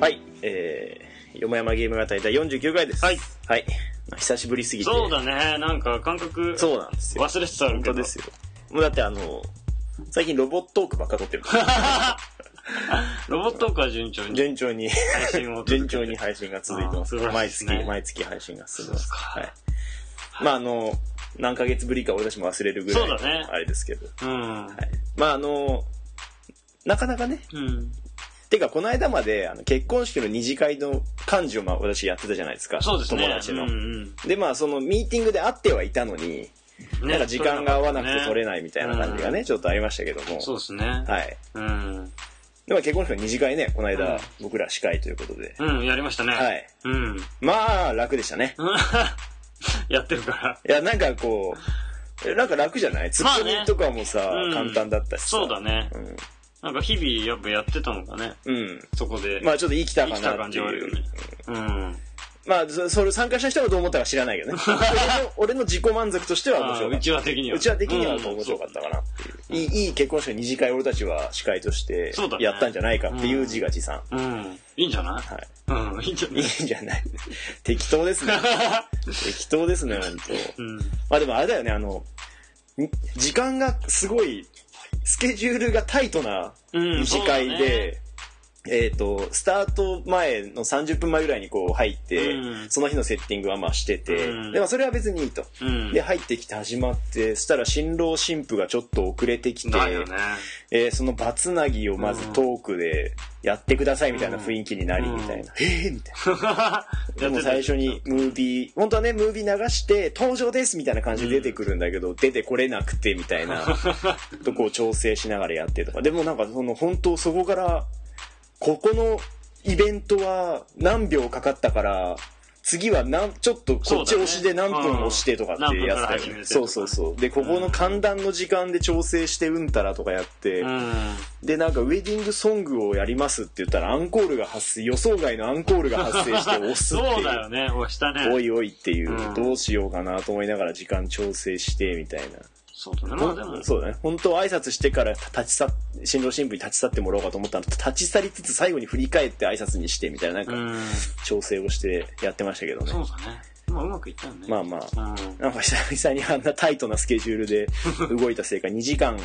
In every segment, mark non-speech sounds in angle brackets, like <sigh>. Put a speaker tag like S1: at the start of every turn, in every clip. S1: はい、えー、よもやまゲームが大体49回です。
S2: はい。
S1: はい。久しぶりすぎて。
S2: そうだね。なんか感覚、
S1: そうなんですよ。
S2: 忘れてたん
S1: 本
S2: け
S1: 当
S2: ど
S1: で。すよ。もうだってあの、最近ロボットトークばっか撮
S2: <laughs>
S1: ってるから。
S2: ロボットークは順調
S1: <laughs>
S2: に
S1: 順調に、
S2: 配信
S1: <laughs>
S2: を。
S1: 順調に配信が続いてます。
S2: あー素晴ら
S1: 毎
S2: しいです
S1: 月、
S2: ね
S1: 毎月配信が進んでま。
S2: そうですすか
S1: はい。まああの、何ヶ月ぶりか俺たちも忘れるぐらいの。
S2: そうだね
S1: あれですけど。は
S2: うん。
S1: い。まああの、なかなかね、
S2: うん。
S1: てかこの間まであの結婚式の二次会の幹事をまあ私やってたじゃないですか。
S2: そうですね。
S1: 友達の。
S2: うんうん
S1: でまあそのミーティングで会ってはいたのに、
S2: ね
S1: なんか時間が合わなくて取れ
S2: ない。
S1: ないみたいな感じがね、ちょっとありましたけども。
S2: そうですね。
S1: はい。
S2: うん。
S1: でも結婚式の二次会ね、この間、
S2: うん
S1: 僕ら司会ということで。
S2: うん、やりましたね。
S1: はい。
S2: うん。 <laughs>
S1: まあ、楽でしたね。
S2: やってるから。
S1: いや、なんかこう、なんか楽じゃないツ
S2: まあ
S1: ッコ
S2: ね
S1: ミとかもさ、
S2: うん
S1: 簡単だったしさ。
S2: そうだね。
S1: うん。
S2: なんか日々やっぱやってたのかね。
S1: うん。
S2: そこで。
S1: まあちょっと生きた
S2: 生
S1: か
S2: きた
S1: なっ
S2: 感
S1: て
S2: じは
S1: い
S2: ある
S1: う。
S2: よね。うん。
S1: まあそ、それ参加した人がどう思ったか知らないけ
S2: <laughs>
S1: どね。俺の俺の自己満足としては面
S2: あ
S1: 白
S2: ー
S1: かっ
S2: う
S1: た。
S2: ちは的には。
S1: うちは的には
S2: うん
S1: 面白かったかなっていう。いいいい結婚式の二次会俺たちは司会として
S2: そうだね
S1: やったんじゃないかっていう自画自賛。
S2: うん。いいんじ
S1: <laughs>
S2: ゃない
S1: はい。
S2: うん、いいんじゃない
S1: いいんじゃない <laughs> 適当ですね。
S2: <laughs>
S1: 適当ですね、本当。
S2: うん。
S1: まあでもあれだよね、あの、に時間がすごい、スケジュールがタイトな
S2: うん
S1: 二次会で、えっ、と、スタート前の30分前ぐらいにこう入って、
S2: うん
S1: その日のセッティングはまあしてて、
S2: うん
S1: でもそれは別にいいと。
S2: うん。
S1: で、入ってきて始まって、そしたら新郎新婦がちょっと遅れてきて、
S2: だよね。
S1: えーそのバツナギをまずトークでやってくださいみたいな雰囲気になり、
S2: うん
S1: みたいな。えーみたいな。 <laughs> で
S2: で
S1: も最初にムービー、本当はね、ムービー流して、登場ですみたいな感じで出てくるんだけど、出てこれなくてみたいな、
S2: <laughs>
S1: とこを調整しながらやってとか。でもなんかその本当そこから、ここのイベントは何秒かかったから、次はなんちょっとこっち押しで何分押してとかっていうやつだよ
S2: そうだねうん何分から始め
S1: ね。
S2: てとか
S1: そ
S2: ね
S1: うそうそう。で、ここの寒暖の時間で調整してうんたらとかやって、
S2: うん。
S1: でなんかウェディングソングをやりますって言ったらアンコールが発生予想外のアンコールが発生して押すって
S2: そう
S1: い
S2: だ
S1: う
S2: よね、押したね。
S1: おいおいっていう、
S2: うん
S1: どうしようかなと思いながら時間調整してみたいな、
S2: そうだね。まあでも、
S1: そうだね本当は挨拶してから立ち去新郎新婦に立ち去ってもらおうかと思ったの立ち去りつつ最後に振り返って挨拶にしてみたいななん
S2: う
S1: か
S2: ん。
S1: 調整をしてやってましたけどね、
S2: そうだね。まあうまくいったよね。
S1: まあまあ
S2: あ。
S1: なんか久々にあんなタイトなスケジュール
S2: <laughs>
S1: で動いたせいか2時間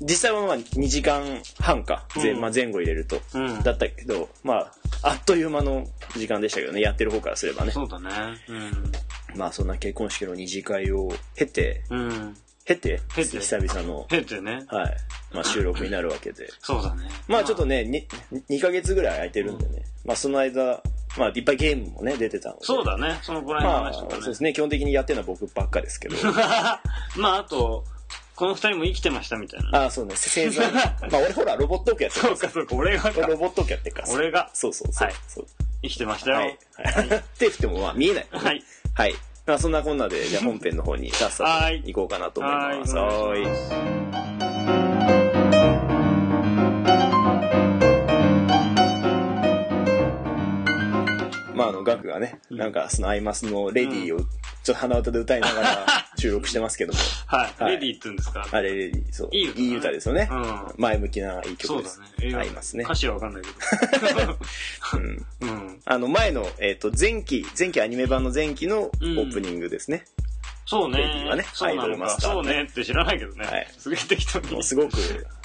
S1: 実際はまあ2時間半か、ぜ
S2: うん
S1: まあ、前後入れると、
S2: うん
S1: だったけどまああっという間の時間でしたけどねやってる方からすればね
S2: そうだね。
S1: まあそんな結婚式の二次会を経て
S2: うん。うん。
S1: 経て
S2: 経て
S1: 久々の、
S2: へってね。
S1: はいまあ、収録になるわけで
S2: そうだね。
S1: まあちょっとね 2, 2ヶ月ぐらい空いてるんでね、まあその間まあいっぱいゲームもね出てたので
S2: そうだね。そのぐらいの
S1: まあ
S2: 話と
S1: そう
S2: か
S1: です
S2: ね。
S1: ね基本的にやってるのは僕ばっかですけど
S2: <laughs> まああと、この二人も生きてましたみたいな。
S1: ああ、そうね。星座。まあ、俺ほら、ロボットークやってる
S2: そうかそうか、 <laughs> 俺が
S1: 俺ロボットークやってるから。
S2: 俺が
S1: そうそうそう。
S2: はい
S1: そう
S2: 生きてました
S1: は
S2: よ
S1: い。。はい。 <laughs> って言っても、まあ、見えない。
S2: はい。
S1: はい。まあ、そんなこんなで、じゃあ本編の方にさっさ
S2: は
S1: と
S2: い
S1: 行こうかなと思います。
S2: はいお
S1: は
S2: 願いしま
S1: ーい。
S2: す
S1: まあ、あの、ガクがね、なんか、そのアイマスのレディーを、ちょっと鼻歌で歌いなが
S2: <laughs>
S1: ら収録してますけども。
S2: はい。
S1: はい
S2: レディーって言うんですか
S1: あれ、レディー、そう。
S2: いい歌だね
S1: い歌ですよね。
S2: うん
S1: 前向きないい
S2: そ
S1: 曲
S2: う
S1: で
S2: だ
S1: す。
S2: ね。
S1: アイマスね。
S2: 歌詞はわかんないけど。
S1: うん
S2: うん。
S1: あの前の、えっ、と、前期、前期アニメ版の前期のオ
S2: うん
S1: ープニングですね。
S2: そう
S1: レディー
S2: ね
S1: はね。
S2: そう
S1: アイ
S2: な
S1: ドル
S2: の
S1: マス
S2: か。
S1: ターね
S2: そうねって知らないけどね
S1: はい。
S2: すげえ適当に
S1: もう。すごく、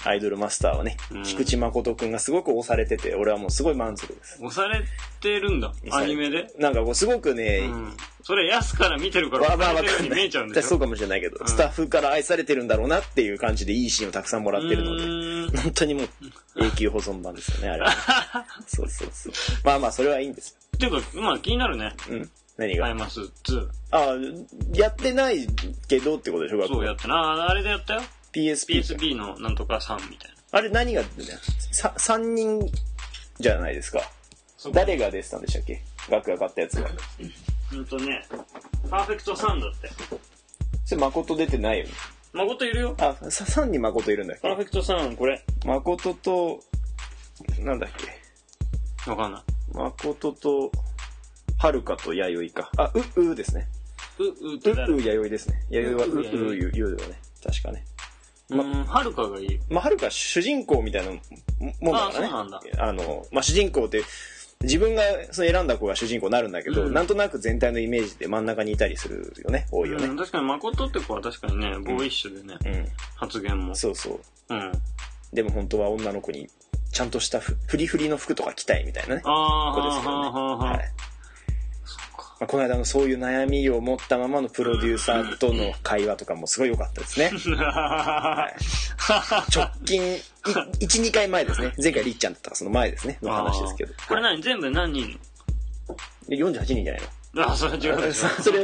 S1: アイドルマスターはね、
S2: うん
S1: 菊池誠くんがすごく押されてて、俺はもうすごい満足です。
S2: 押されてるんだ。
S1: 押さ
S2: ア
S1: れ
S2: ニメで。
S1: なんかこう、すごくね、
S2: うん。それ安から見てるから
S1: わまあ
S2: 押さ
S1: わ
S2: れ
S1: か
S2: てるようんに
S1: な
S2: 見
S1: い。
S2: えちゃうん
S1: 確
S2: で
S1: か
S2: し
S1: そ
S2: ょ
S1: うかもしれないけど、
S2: うん
S1: スタッフから愛されてるんだろうなっていう感じでいいシーンをたくさんもらってるので、
S2: うーん
S1: 本当にもう永久保存版ですよね、
S2: <laughs>
S1: あれは。そうそうそう。まあまあ、それはいいんです
S2: ていうか、まあ気になるね。
S1: よ。うん。何が、
S2: アイマス2。
S1: あやってないけどってことでしょ、学校
S2: そうやってな。ああれでやったよ。
S1: PSP か。
S2: PSB のなんとか3みたいな。
S1: あれ何が、さ三人じゃないですか。誰が出てたんでしたっけ楽が買ったやつが。
S2: ほんとね。パーフェクト3だって。
S1: それ誠出てないよね。
S2: 誠いるよ。
S1: あ、さ、3に誠いるんだっ
S2: パーフ
S1: け
S2: ェクト3、これ。
S1: 誠と、なんだっけ
S2: わかんない。
S1: 誠と、はるかと弥生か。あ、う、うですね。
S2: う、うっ
S1: う、
S2: て誰
S1: う、弥生ですね。弥生は、う、
S2: う
S1: う、
S2: 弥生
S1: ゆ、ゆだよね。確かね。
S2: うーん、はるかがいい。
S1: まあ、はるか主人公みたいなももんだからね。
S2: あそうなんだ
S1: あの、まあ、主人公って、自分がその選んだ子が主人公になるんだけど、
S2: うん
S1: なんとなく全体のイメージで真ん中にいたりするよね。多いよ
S2: う
S1: ね
S2: ん、。確かに、誠って子は確かにね、ボーイッシュでね、
S1: うん。
S2: 発言も。
S1: そうそう。
S2: うん。
S1: でも本当は女の子に、ちゃんとしたふフリフリの服とか着たいみたいなね
S2: あ。あ、
S1: 子
S2: は
S1: です
S2: あ、
S1: よね
S2: はあ、は
S1: は。
S2: あ、はい。
S1: まあ、この間のそういう悩みを持ったままのプロデューサーとの会話とかもすごい良かったですね。はい
S2: <laughs>
S1: い直近、い1、2回前です
S2: <laughs>
S1: ね。前回りっちゃんだったからその前ですね。の話ですけど
S2: あ。ーこれ
S1: はい
S2: 何全部何人
S1: で48人じゃないの
S2: あ、それ違う違
S1: <laughs>
S2: う。
S1: それ、それ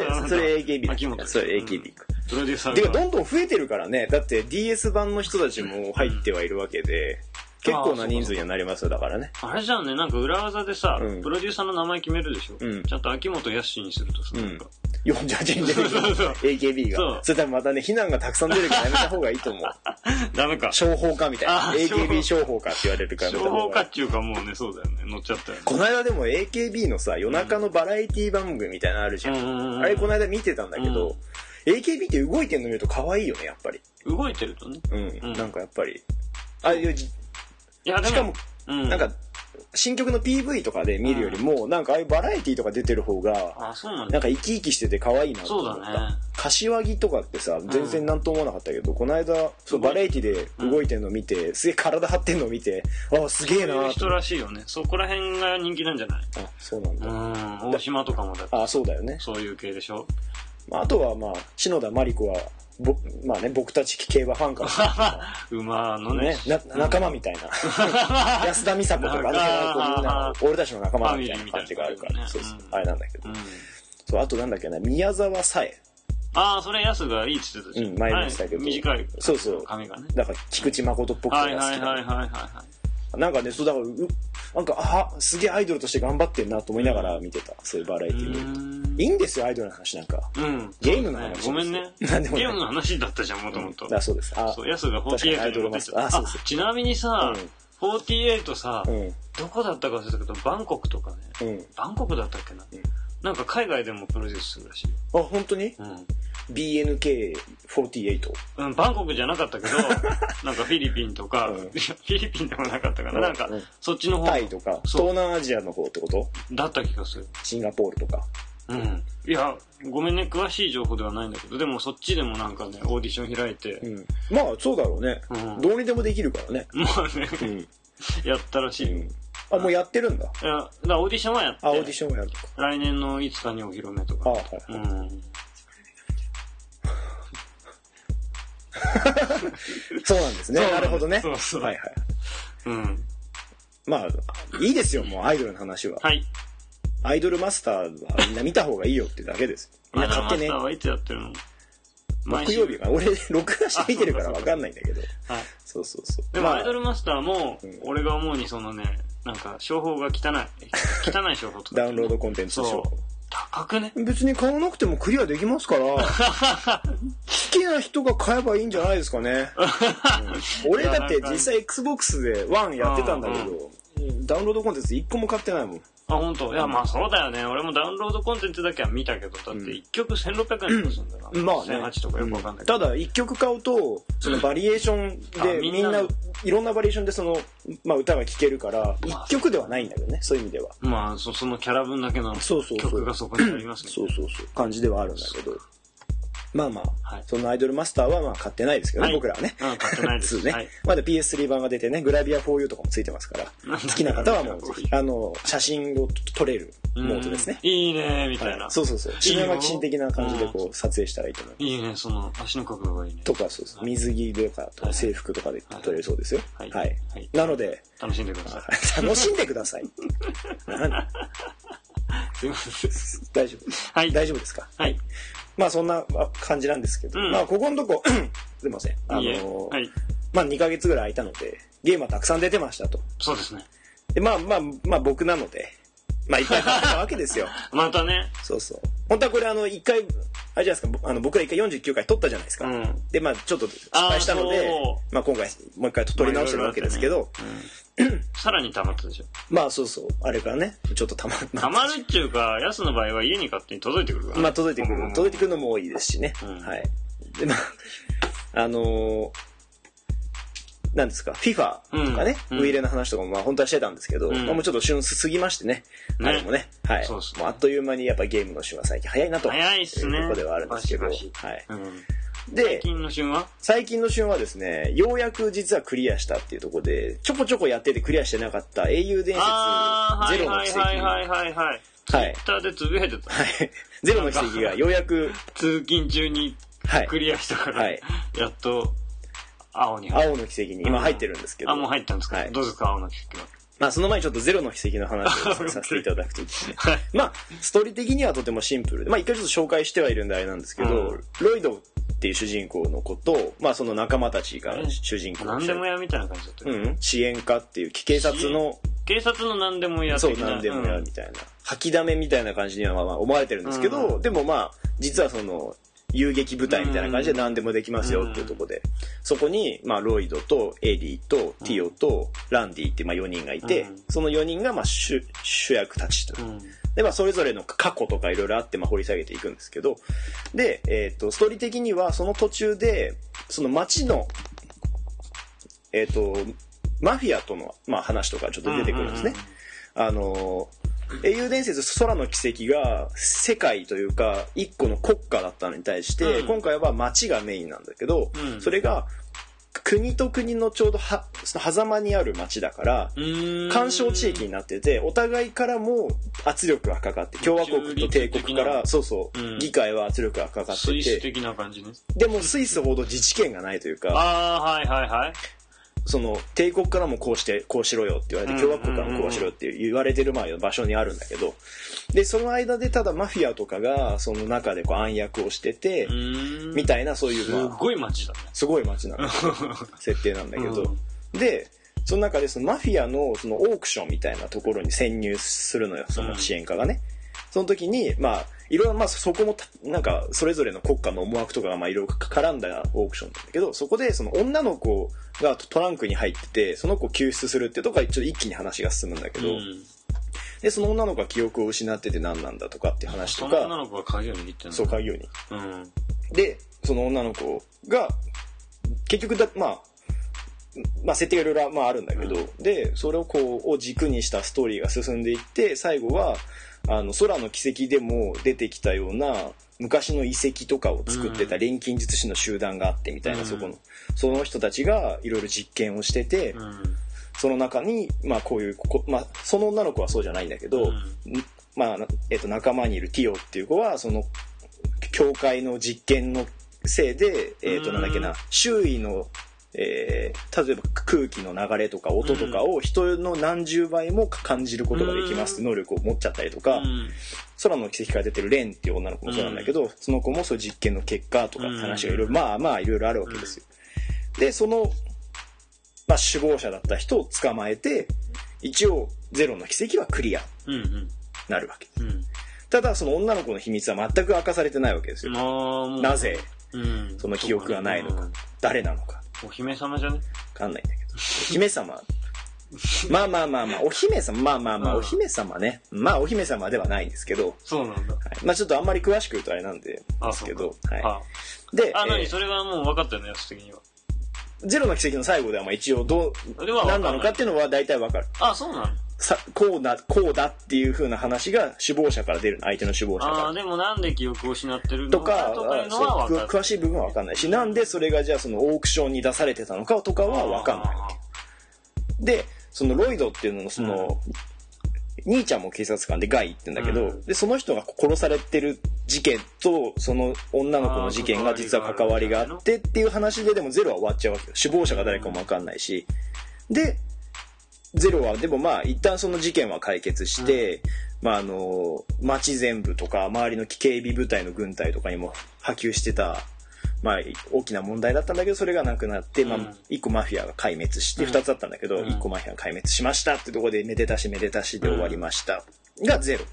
S1: AKB だ
S2: 秋元
S1: それ AKB か。
S2: プロデューサー
S1: て
S2: が
S1: か、どんどん増えてるからね。だって DS 版の人たちも入ってはいるわけで、結構な人数にはなりますよ、だからね。
S2: あれじゃんね、なんか裏技でさ、
S1: うん
S2: プロデューサーの名前決めるでしょ。
S1: うん
S2: ちゃんと秋元康にするとさ、
S1: うん
S2: なんか
S1: 48人出てくる
S2: そう <laughs> そう。
S1: AKB
S2: そう
S1: が。それ多分またね、非難がたくさん出るからやめた方がいい
S2: <laughs>
S1: と思う。
S2: ダメか。
S1: 商法かみたいな。
S2: あー
S1: AKB 商法かって言われるからやめ
S2: 情
S1: た方
S2: 報か
S1: が
S2: っ。ちゅうかもうね、そうだよね。乗っちゃったよね。
S1: この間でも AKB のさ、夜中のバラエティ番組みたいなのあるじゃん。あ
S2: あ
S1: れこの間見てたんだけど、AKB って動いてんの見ると可愛いよね、やっぱり。
S2: 動いてるとね。
S1: うん。
S2: うん
S1: なんかやっぱり。あ、いやじ
S2: いや、でも、
S1: しかも、
S2: うん、
S1: なんか、新曲の PV とかで見るよりも、なんかああいうバラエティとか出てる方が、
S2: あ、そうなん
S1: な
S2: だ。
S1: んか生き生きしてて可愛いなと
S2: そう
S1: 思った。
S2: だね。
S1: 柏木とかってさ、全然なんとも思わなかったけど、この間、そうバラエティで動いてるの見て、すげえ体張ってんの見て、ああ、すげえな
S2: そういう
S1: ーと
S2: 人らしいよね。そこら辺が人気なんじゃない
S1: あ、そうなん
S2: う
S1: だ。
S2: ん。大島とかもだって、
S1: あ、そうだよね。
S2: そういう系
S1: <laughs>
S2: でしょ。
S1: まあ、あとはまあ篠田麻里子はぼまあね僕たち競馬ファンからした
S2: 馬の
S1: ら
S2: ね
S1: ね、な仲間みたいな
S2: <laughs>
S1: 安田美沙子とかあの辺はこうみんな俺たちの仲間みたいな感じがあるから、
S2: ファ
S1: そう
S2: ミリーみたいな
S1: そうあれなんだけど、
S2: うん。
S1: そうあとなんだっけな宮沢さえ
S2: ああ、それ、ヤスがいいって言ってたじゃん。
S1: うん前も言ってたけど
S2: はい短い。
S1: そうそう
S2: 髪がね。
S1: だから菊池誠っぽくて
S2: はい
S1: が好
S2: は
S1: き
S2: いはいはい
S1: な
S2: はい。
S1: なんかねそうだからうなんかあすげえアイドルとして頑張ってんなと思いながら見てたそういうバラエテ
S2: う
S1: ィー、
S2: ん。
S1: いいんですよアイドルの話なんか
S2: うん。
S1: ゲームの話です
S2: ごめんね。ゲ
S1: なんでもない
S2: ームの話だったじゃん、もともと。
S1: あそうですあ
S2: そう、ヤスが
S1: 確かにアイ
S2: 48
S1: ドル
S2: に
S1: マ
S2: 出
S1: ス
S2: て
S1: ターあそうです
S2: ちなみにさ、48さ
S1: う、ん
S2: どこだったか忘れたけど、バンコクとかね。
S1: うんうん
S2: バンコクだったっけな
S1: うん。
S2: なんか海外でもプロデュースするらしいよ。
S1: あ本当に
S2: うん。
S1: BNK48
S2: うん、バンコクじゃなかったけど、
S1: <laughs>
S2: なんかフィリピンとか、
S1: うん
S2: いやフィリピンでもなかったか
S1: う
S2: な。
S1: ん
S2: なんか
S1: うん、
S2: そっちの方
S1: タイとか
S2: そ
S1: 東
S2: う
S1: 南アジアの方ってこと
S2: だった気がする。
S1: シンガポールとか
S2: うん。いや、ごめんね、詳しい情報ではないんだけど、でもそっちでもなんかね、オーディション開いて、
S1: うんまあそうだろうね、
S2: うん
S1: どうにでもできるからね
S2: まあね、 <laughs>
S1: うん、
S2: やったらしい。い
S1: あもうやってるんだ
S2: や、だからオーディションはやって、
S1: あオーディションをやるとか
S2: 来年のいつかにお披露目と
S1: あ
S2: か。
S1: はい、
S2: うん。
S1: そうなんですね
S2: そう
S1: なるほどね
S2: そうそう
S1: はいはい
S2: うん。
S1: まあいいですよもうアイドルの話は
S2: はい。
S1: アイドルマスターはみんな見た方がいいよってだけですみんな買ってね
S2: マスターはいつやってるの
S1: 木曜日
S2: 毎
S1: が俺 <laughs> 録画して見てるからわかんないんだけど
S2: 週はい。
S1: そうそうそう
S2: でも、アイドルマスターも
S1: うん、
S2: 俺が思うにそのね、なんか、商法が汚い。汚い商法とか。
S1: ダウンロードコンテンツでしょ
S2: そう高くね
S1: 別に買わなくてもクリアできます
S2: <laughs>
S1: から好きな人が買えばいいんじゃないですかね、うん俺だって実際 XBOX で1やってたんだけど、ダウンロードコンテンツ1個も買ってないもん
S2: <laughs> あ、本当いや、まあそうだよね。俺もダウンロードコンテンツだけは見たけど、だって1曲1600円とかするんだよな。
S1: まあね
S2: 1008とかよくわかんないけど。
S1: ただ1曲買うとそのバリエーション
S2: あ
S1: で
S2: みん
S1: みん
S2: な
S1: なないろんなバリエーションでその、まあ、歌が聴けるから1曲ではないんだけどねそういう意味では
S2: まあ、そそのキャラ分だけの
S1: そうそうそう
S2: 曲がそこにありますけ
S1: そ
S2: ど
S1: う。そうそう感じではあるんだけどまあまあ、
S2: はい
S1: そのアイドルマスターはまあ買ってないですけどね、
S2: はい
S1: 僕らはね
S2: うん買ってないです
S1: 普通ね、
S2: はい
S1: まだ PS3 版が出てねグラビア 4U とかもついてますから好きな方はもう
S2: <laughs>
S1: ぜひあの写真を撮れるモードですね
S2: うんいいね、みたい
S1: はい
S2: な。
S1: そうそうそう
S2: いい
S1: 篠
S2: よ
S1: 山紀信的な感じでこう撮影したらいいと思う
S2: いいね、その、足の角度がいいね。
S1: とかそうそう水着とかと
S2: は
S1: か
S2: い
S1: 制服とかで撮れるそうですよは、
S2: はいいはい
S1: なので
S2: 楽しんでください。
S1: 楽しんでくだ
S2: <laughs>
S1: さいなん
S2: すいません。
S1: 大丈夫
S2: はい。
S1: 大丈夫ですか
S2: はい。
S1: まあそんなまあ感じなんですけど、
S2: うん
S1: まあここのとこ <clears throat> すいませんあの
S2: いいえはい。
S1: まあ2ヶ月ぐらい空いたのでゲームはたくさん出てましたと
S2: そうですね。 <laughs>
S1: でまあまあまあ僕なのでまあいっぱい買ったわけですよ
S2: またね、
S1: そうそう本当はこれあの、一回、あれじゃないですか、あの、僕ら一回49回撮ったじゃないですか。
S2: うん
S1: で、まあちょっと失敗したの
S2: あー
S1: で
S2: そ、
S1: まあ今回、もう一回撮り直してるわけですけど、
S2: うんさらに溜まったでしょ。
S1: まあそうそう、あれからね、ちょっとたま、ま
S2: 溜まるっていうか、ヤスの場合は家に勝手に届いてくるから
S1: あ、
S2: ね。
S1: まあ届いてくる、
S2: うん
S1: 届いてくるのも多いですしね。
S2: うん
S1: はい。で、まあ、あのーなんですか FIFA とかね、
S2: う
S1: ウ
S2: ん
S1: イイレの話とかもまあ本当はしてたんですけど、
S2: うん
S1: まあ、もうちょっと旬過ぎましてね、
S2: ね
S1: あれもね、はい、
S2: そうそう
S1: もうあっという間にやっぱゲームの旬は最近早いなと
S2: 早いっすね
S1: いうところではあるんですけど、
S2: バシ
S1: はい、
S2: うん最
S1: で
S2: 近の旬は
S1: 最近の旬はですねようやく実はクリアしたっていうところでちょこちょこやっててクリアしてなかった英雄伝説
S2: あー、
S1: ゼロの奇跡
S2: はいは
S1: はい
S2: はいはいはい。
S1: はい
S2: ツイッターでつぶやいてた。
S1: い <laughs> ゼロの奇跡がようやく
S2: 通勤中に
S1: はい
S2: クリアしたから、
S1: はい
S2: やっと青に入っ
S1: 青の奇跡に今入ってるんですけど、
S2: あ、もう入ったんですか、
S1: はい
S2: どうですか青の奇跡は。
S1: まあその前にちょっとゼロの奇跡の話をさせていただ
S2: <laughs>
S1: くとですね
S2: はい。
S1: まあストーリー的にはとてもシンプルでまあ一回ちょっと紹介してはいるんであれなんですけど、
S2: うん
S1: ロイドっていう主人公の子とまあその仲間たちが主人公
S2: 何でもやみたいな感じだった
S1: う
S2: よ、
S1: ん、支援課っていう警察の
S2: 警察の何でもや
S1: そう
S2: 的な
S1: 何でもや
S2: う
S1: る
S2: ん
S1: みたいな、吐きだめみたいな感じにはまあまあ思われてるんですけど、
S2: う
S1: でもまあ実はその遊撃部隊みたいな感じで何でもできますよっていうところで、そこにまあロイドとエリーとティオとランディってまあ4人がいて、
S2: うん
S1: その4人がまあ主主役たちといううんで、まあ、それぞれの過去とかいろいろあって、まあ、掘り下げていくんですけど、で、えっ、と、ストーリー的には、その途中で、その街の、えっ、と、マフィアとの、まあ、話とかちょっと出てくるんですね。あの、英雄伝説空の奇跡が世界というか一個の国家だったのに対して、
S2: うん
S1: 今回は街がメインなんだけど、
S2: うん
S1: それが国と国のちょうどはその狭間にある街だから、
S2: うんうんうん
S1: 干渉地域になっててお互いからも圧力がかかって共和国と帝国か
S2: 中立的
S1: ら
S2: な
S1: そうそう、
S2: うん
S1: 議会は圧力がかかっ
S2: ス
S1: て
S2: イス
S1: て
S2: 的な感じね
S1: でもスイスほど自治権がないというか
S2: ああはいはいはい
S1: その帝国からもこうしてこうしろよって言われて
S2: うん
S1: 共和国からもこうしろよって言われてる前の場所にあるんだけどでその間でただマフィアとかがその中でこう暗躍をしてて
S2: うーん
S1: みたいなそういう
S2: す
S1: まあ
S2: ごい街
S1: <laughs>
S2: だね
S1: すごい街なの設定なんだけど
S2: う
S1: でその中でそのマフィアのそのオークションみたいなところに潜入するのよその支援課がね。その時にまあいろいろまあそこもたなんかそれぞれの国家の思惑とかがまあいろいろ絡んだオークションなんだけどそこでその女の子がトランクに入っててその子を救出するってとこは一応一気に話が進むんだけど、
S2: うん
S1: でその女の子が記憶を失ってて何なんだとかって話と
S2: その女
S1: か
S2: の子が鍵を握ってんの
S1: そう鍵をに
S2: うん
S1: でその女の子が結局だまあまあ設定がいろいろまああるんだけど、でそれをこうを軸にしたストーリーが進んでいって最後はあの空の奇跡でも出てきたような昔の遺跡とかを作ってた
S2: うん
S1: 錬金術師の集団があってみたいな、
S2: うん
S1: そこのその人たちがいろいろ実験をしてて、
S2: うん
S1: その中にまあこういうこまあその女の子はそうじゃないんだけど、まあえっと、仲間にいるティオっていう子はその教会の実験のせいで、えっと
S2: うん
S1: なんだっけな周囲の、えー例えば空気の流れとか音とかを人の何十倍も感じることができますって能力を持っちゃったりとか、
S2: うん
S1: 空の奇跡から出てるレンっていう女の子もそうなんだけど、その子もそういう実験の結果とか話がいろいろ、
S2: うん
S1: まあまあいろいろあるわけですよ。でその、まあ、首謀者だった人を捕まえて一応ゼロの奇跡はクリアに
S2: うんうん
S1: なるわけ。
S2: うん
S1: ただその女の子の秘密は全く明かされてないわけですよ、
S2: まあもう
S1: なぜ
S2: うん
S1: その記憶がないのか
S2: うん
S1: 誰なのか
S2: お姫様じゃね
S1: 分かんないんだけどお姫様まあまあまあまあお姫様まあまあまあ
S2: うん
S1: お姫様ねまあお姫様ではないんですけど、は
S2: そうなんだ
S1: いまあちょっとあんまり詳しく言うとあれなんで
S2: あ
S1: ですけど
S2: そうか
S1: はい
S2: あ
S1: で、
S2: あ、
S1: え
S2: 何
S1: ー
S2: それはもう分かったよね、やつ的には。
S1: ゼロの奇跡の最後ではまあ一応どう
S2: では
S1: 何なのかっていうのは大体わかる
S2: あ、そうなの
S1: さこうだこうだっていう風な話が首謀者から出るの相手の首謀者から
S2: あーでもなんで記憶を失ってるの
S1: とか
S2: とかいうの
S1: そ
S2: は
S1: う
S2: 分か
S1: く
S2: る。
S1: 詳しい部分は分かんないしなんでそれがじゃあそのオークションに出されてたのかとかは分かんないわけでそのロイドっていうののその、兄ちゃんも警察官でガイって言うんだけど、
S2: うん
S1: でその人が殺されてる事件とその女の子の事件が実は関わりがあってっていう話ででもゼロは終わっちゃうわけよ首謀者が誰かも分かんないしでゼロはでもまあ一旦その事件は解決して、まああの町全部とか周りの警備部隊の軍隊とかにも波及してた、まあ、大きな問題だったんだけどそれがなくなって、ま
S2: う
S1: あ
S2: ん、
S1: 1個マフィアが壊滅して
S2: うん
S1: 2つあったんだけど、
S2: うん
S1: 1個マフィアが壊滅しましたってところでめでたしめでたしで終わりました、がゼロ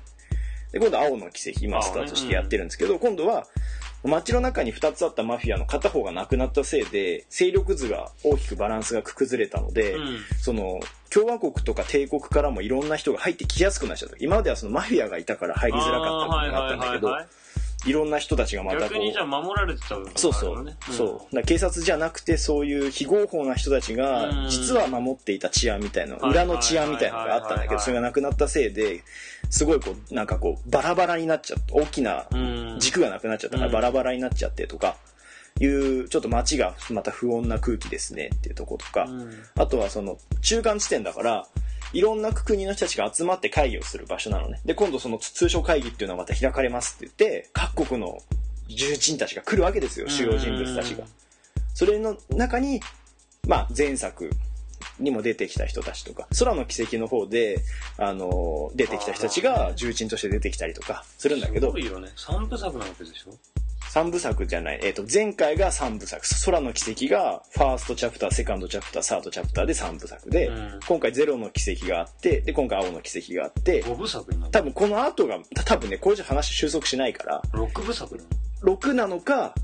S1: で今度青の奇跡今スタートしてやってるんですけど、今度は街の中に2つあったマフィアの片方がなくなったせいで勢力図が大きくバランスが崩れたので、
S2: うん。
S1: その共和国とか帝国からもいろんな人が入ってきやすくなっちゃった今まではそのマフィアがいたから入りづらかった部分があったんだけど、
S2: あー
S1: い
S2: はいはいはい
S1: ろんな人たちがま
S2: はい
S1: たこ
S2: 逆にじゃ
S1: う
S2: あ守られてた部分があるのね。
S1: そうそう、そうだから警察じゃなくてそういう非合法な人たち
S2: う
S1: が
S2: ん
S1: 実は守っていた治安みたいな
S2: はい
S1: 裏の治安みたいなのがあったんだ
S2: はいはい
S1: けど
S2: はいはい
S1: それがなくなったせいですごいこうなんかこうバラバラになっちゃった大きな
S2: うん。
S1: 軸がなくなっちゃったから
S2: うん
S1: バラバラになっちゃってとかいうちょっと街がまた不穏な空気ですねっていうとことか、
S2: うん
S1: あとはその中間地点だから、いろんな国の人たちが集まって会議をする場所なのね。で、今度その通商会議っていうのがまた開かれますって言って、各国の重鎮たちが来るわけですよ、主要人物たちが。それの中に、まあ、前作にも出てきた人たちとか、空の奇跡の方で、あの、出てきた人たちが重鎮として出てきたりとかするんだけ
S2: す
S1: ど
S2: ご、いよね。三部作なわけでしょ
S1: 3部作じゃない、えっ、と、前回が3部作、空の奇跡が、ファーストチャプター、セカンドチャプター、サードチャプターで3部作で、
S2: うん
S1: 今回ゼロの奇跡があって、で、今回青の奇跡があって、
S2: 五部作になる。
S1: 多分この後が、多分ね、これじゃ話収束しないから、
S2: 六部作なの
S1: 6なのか、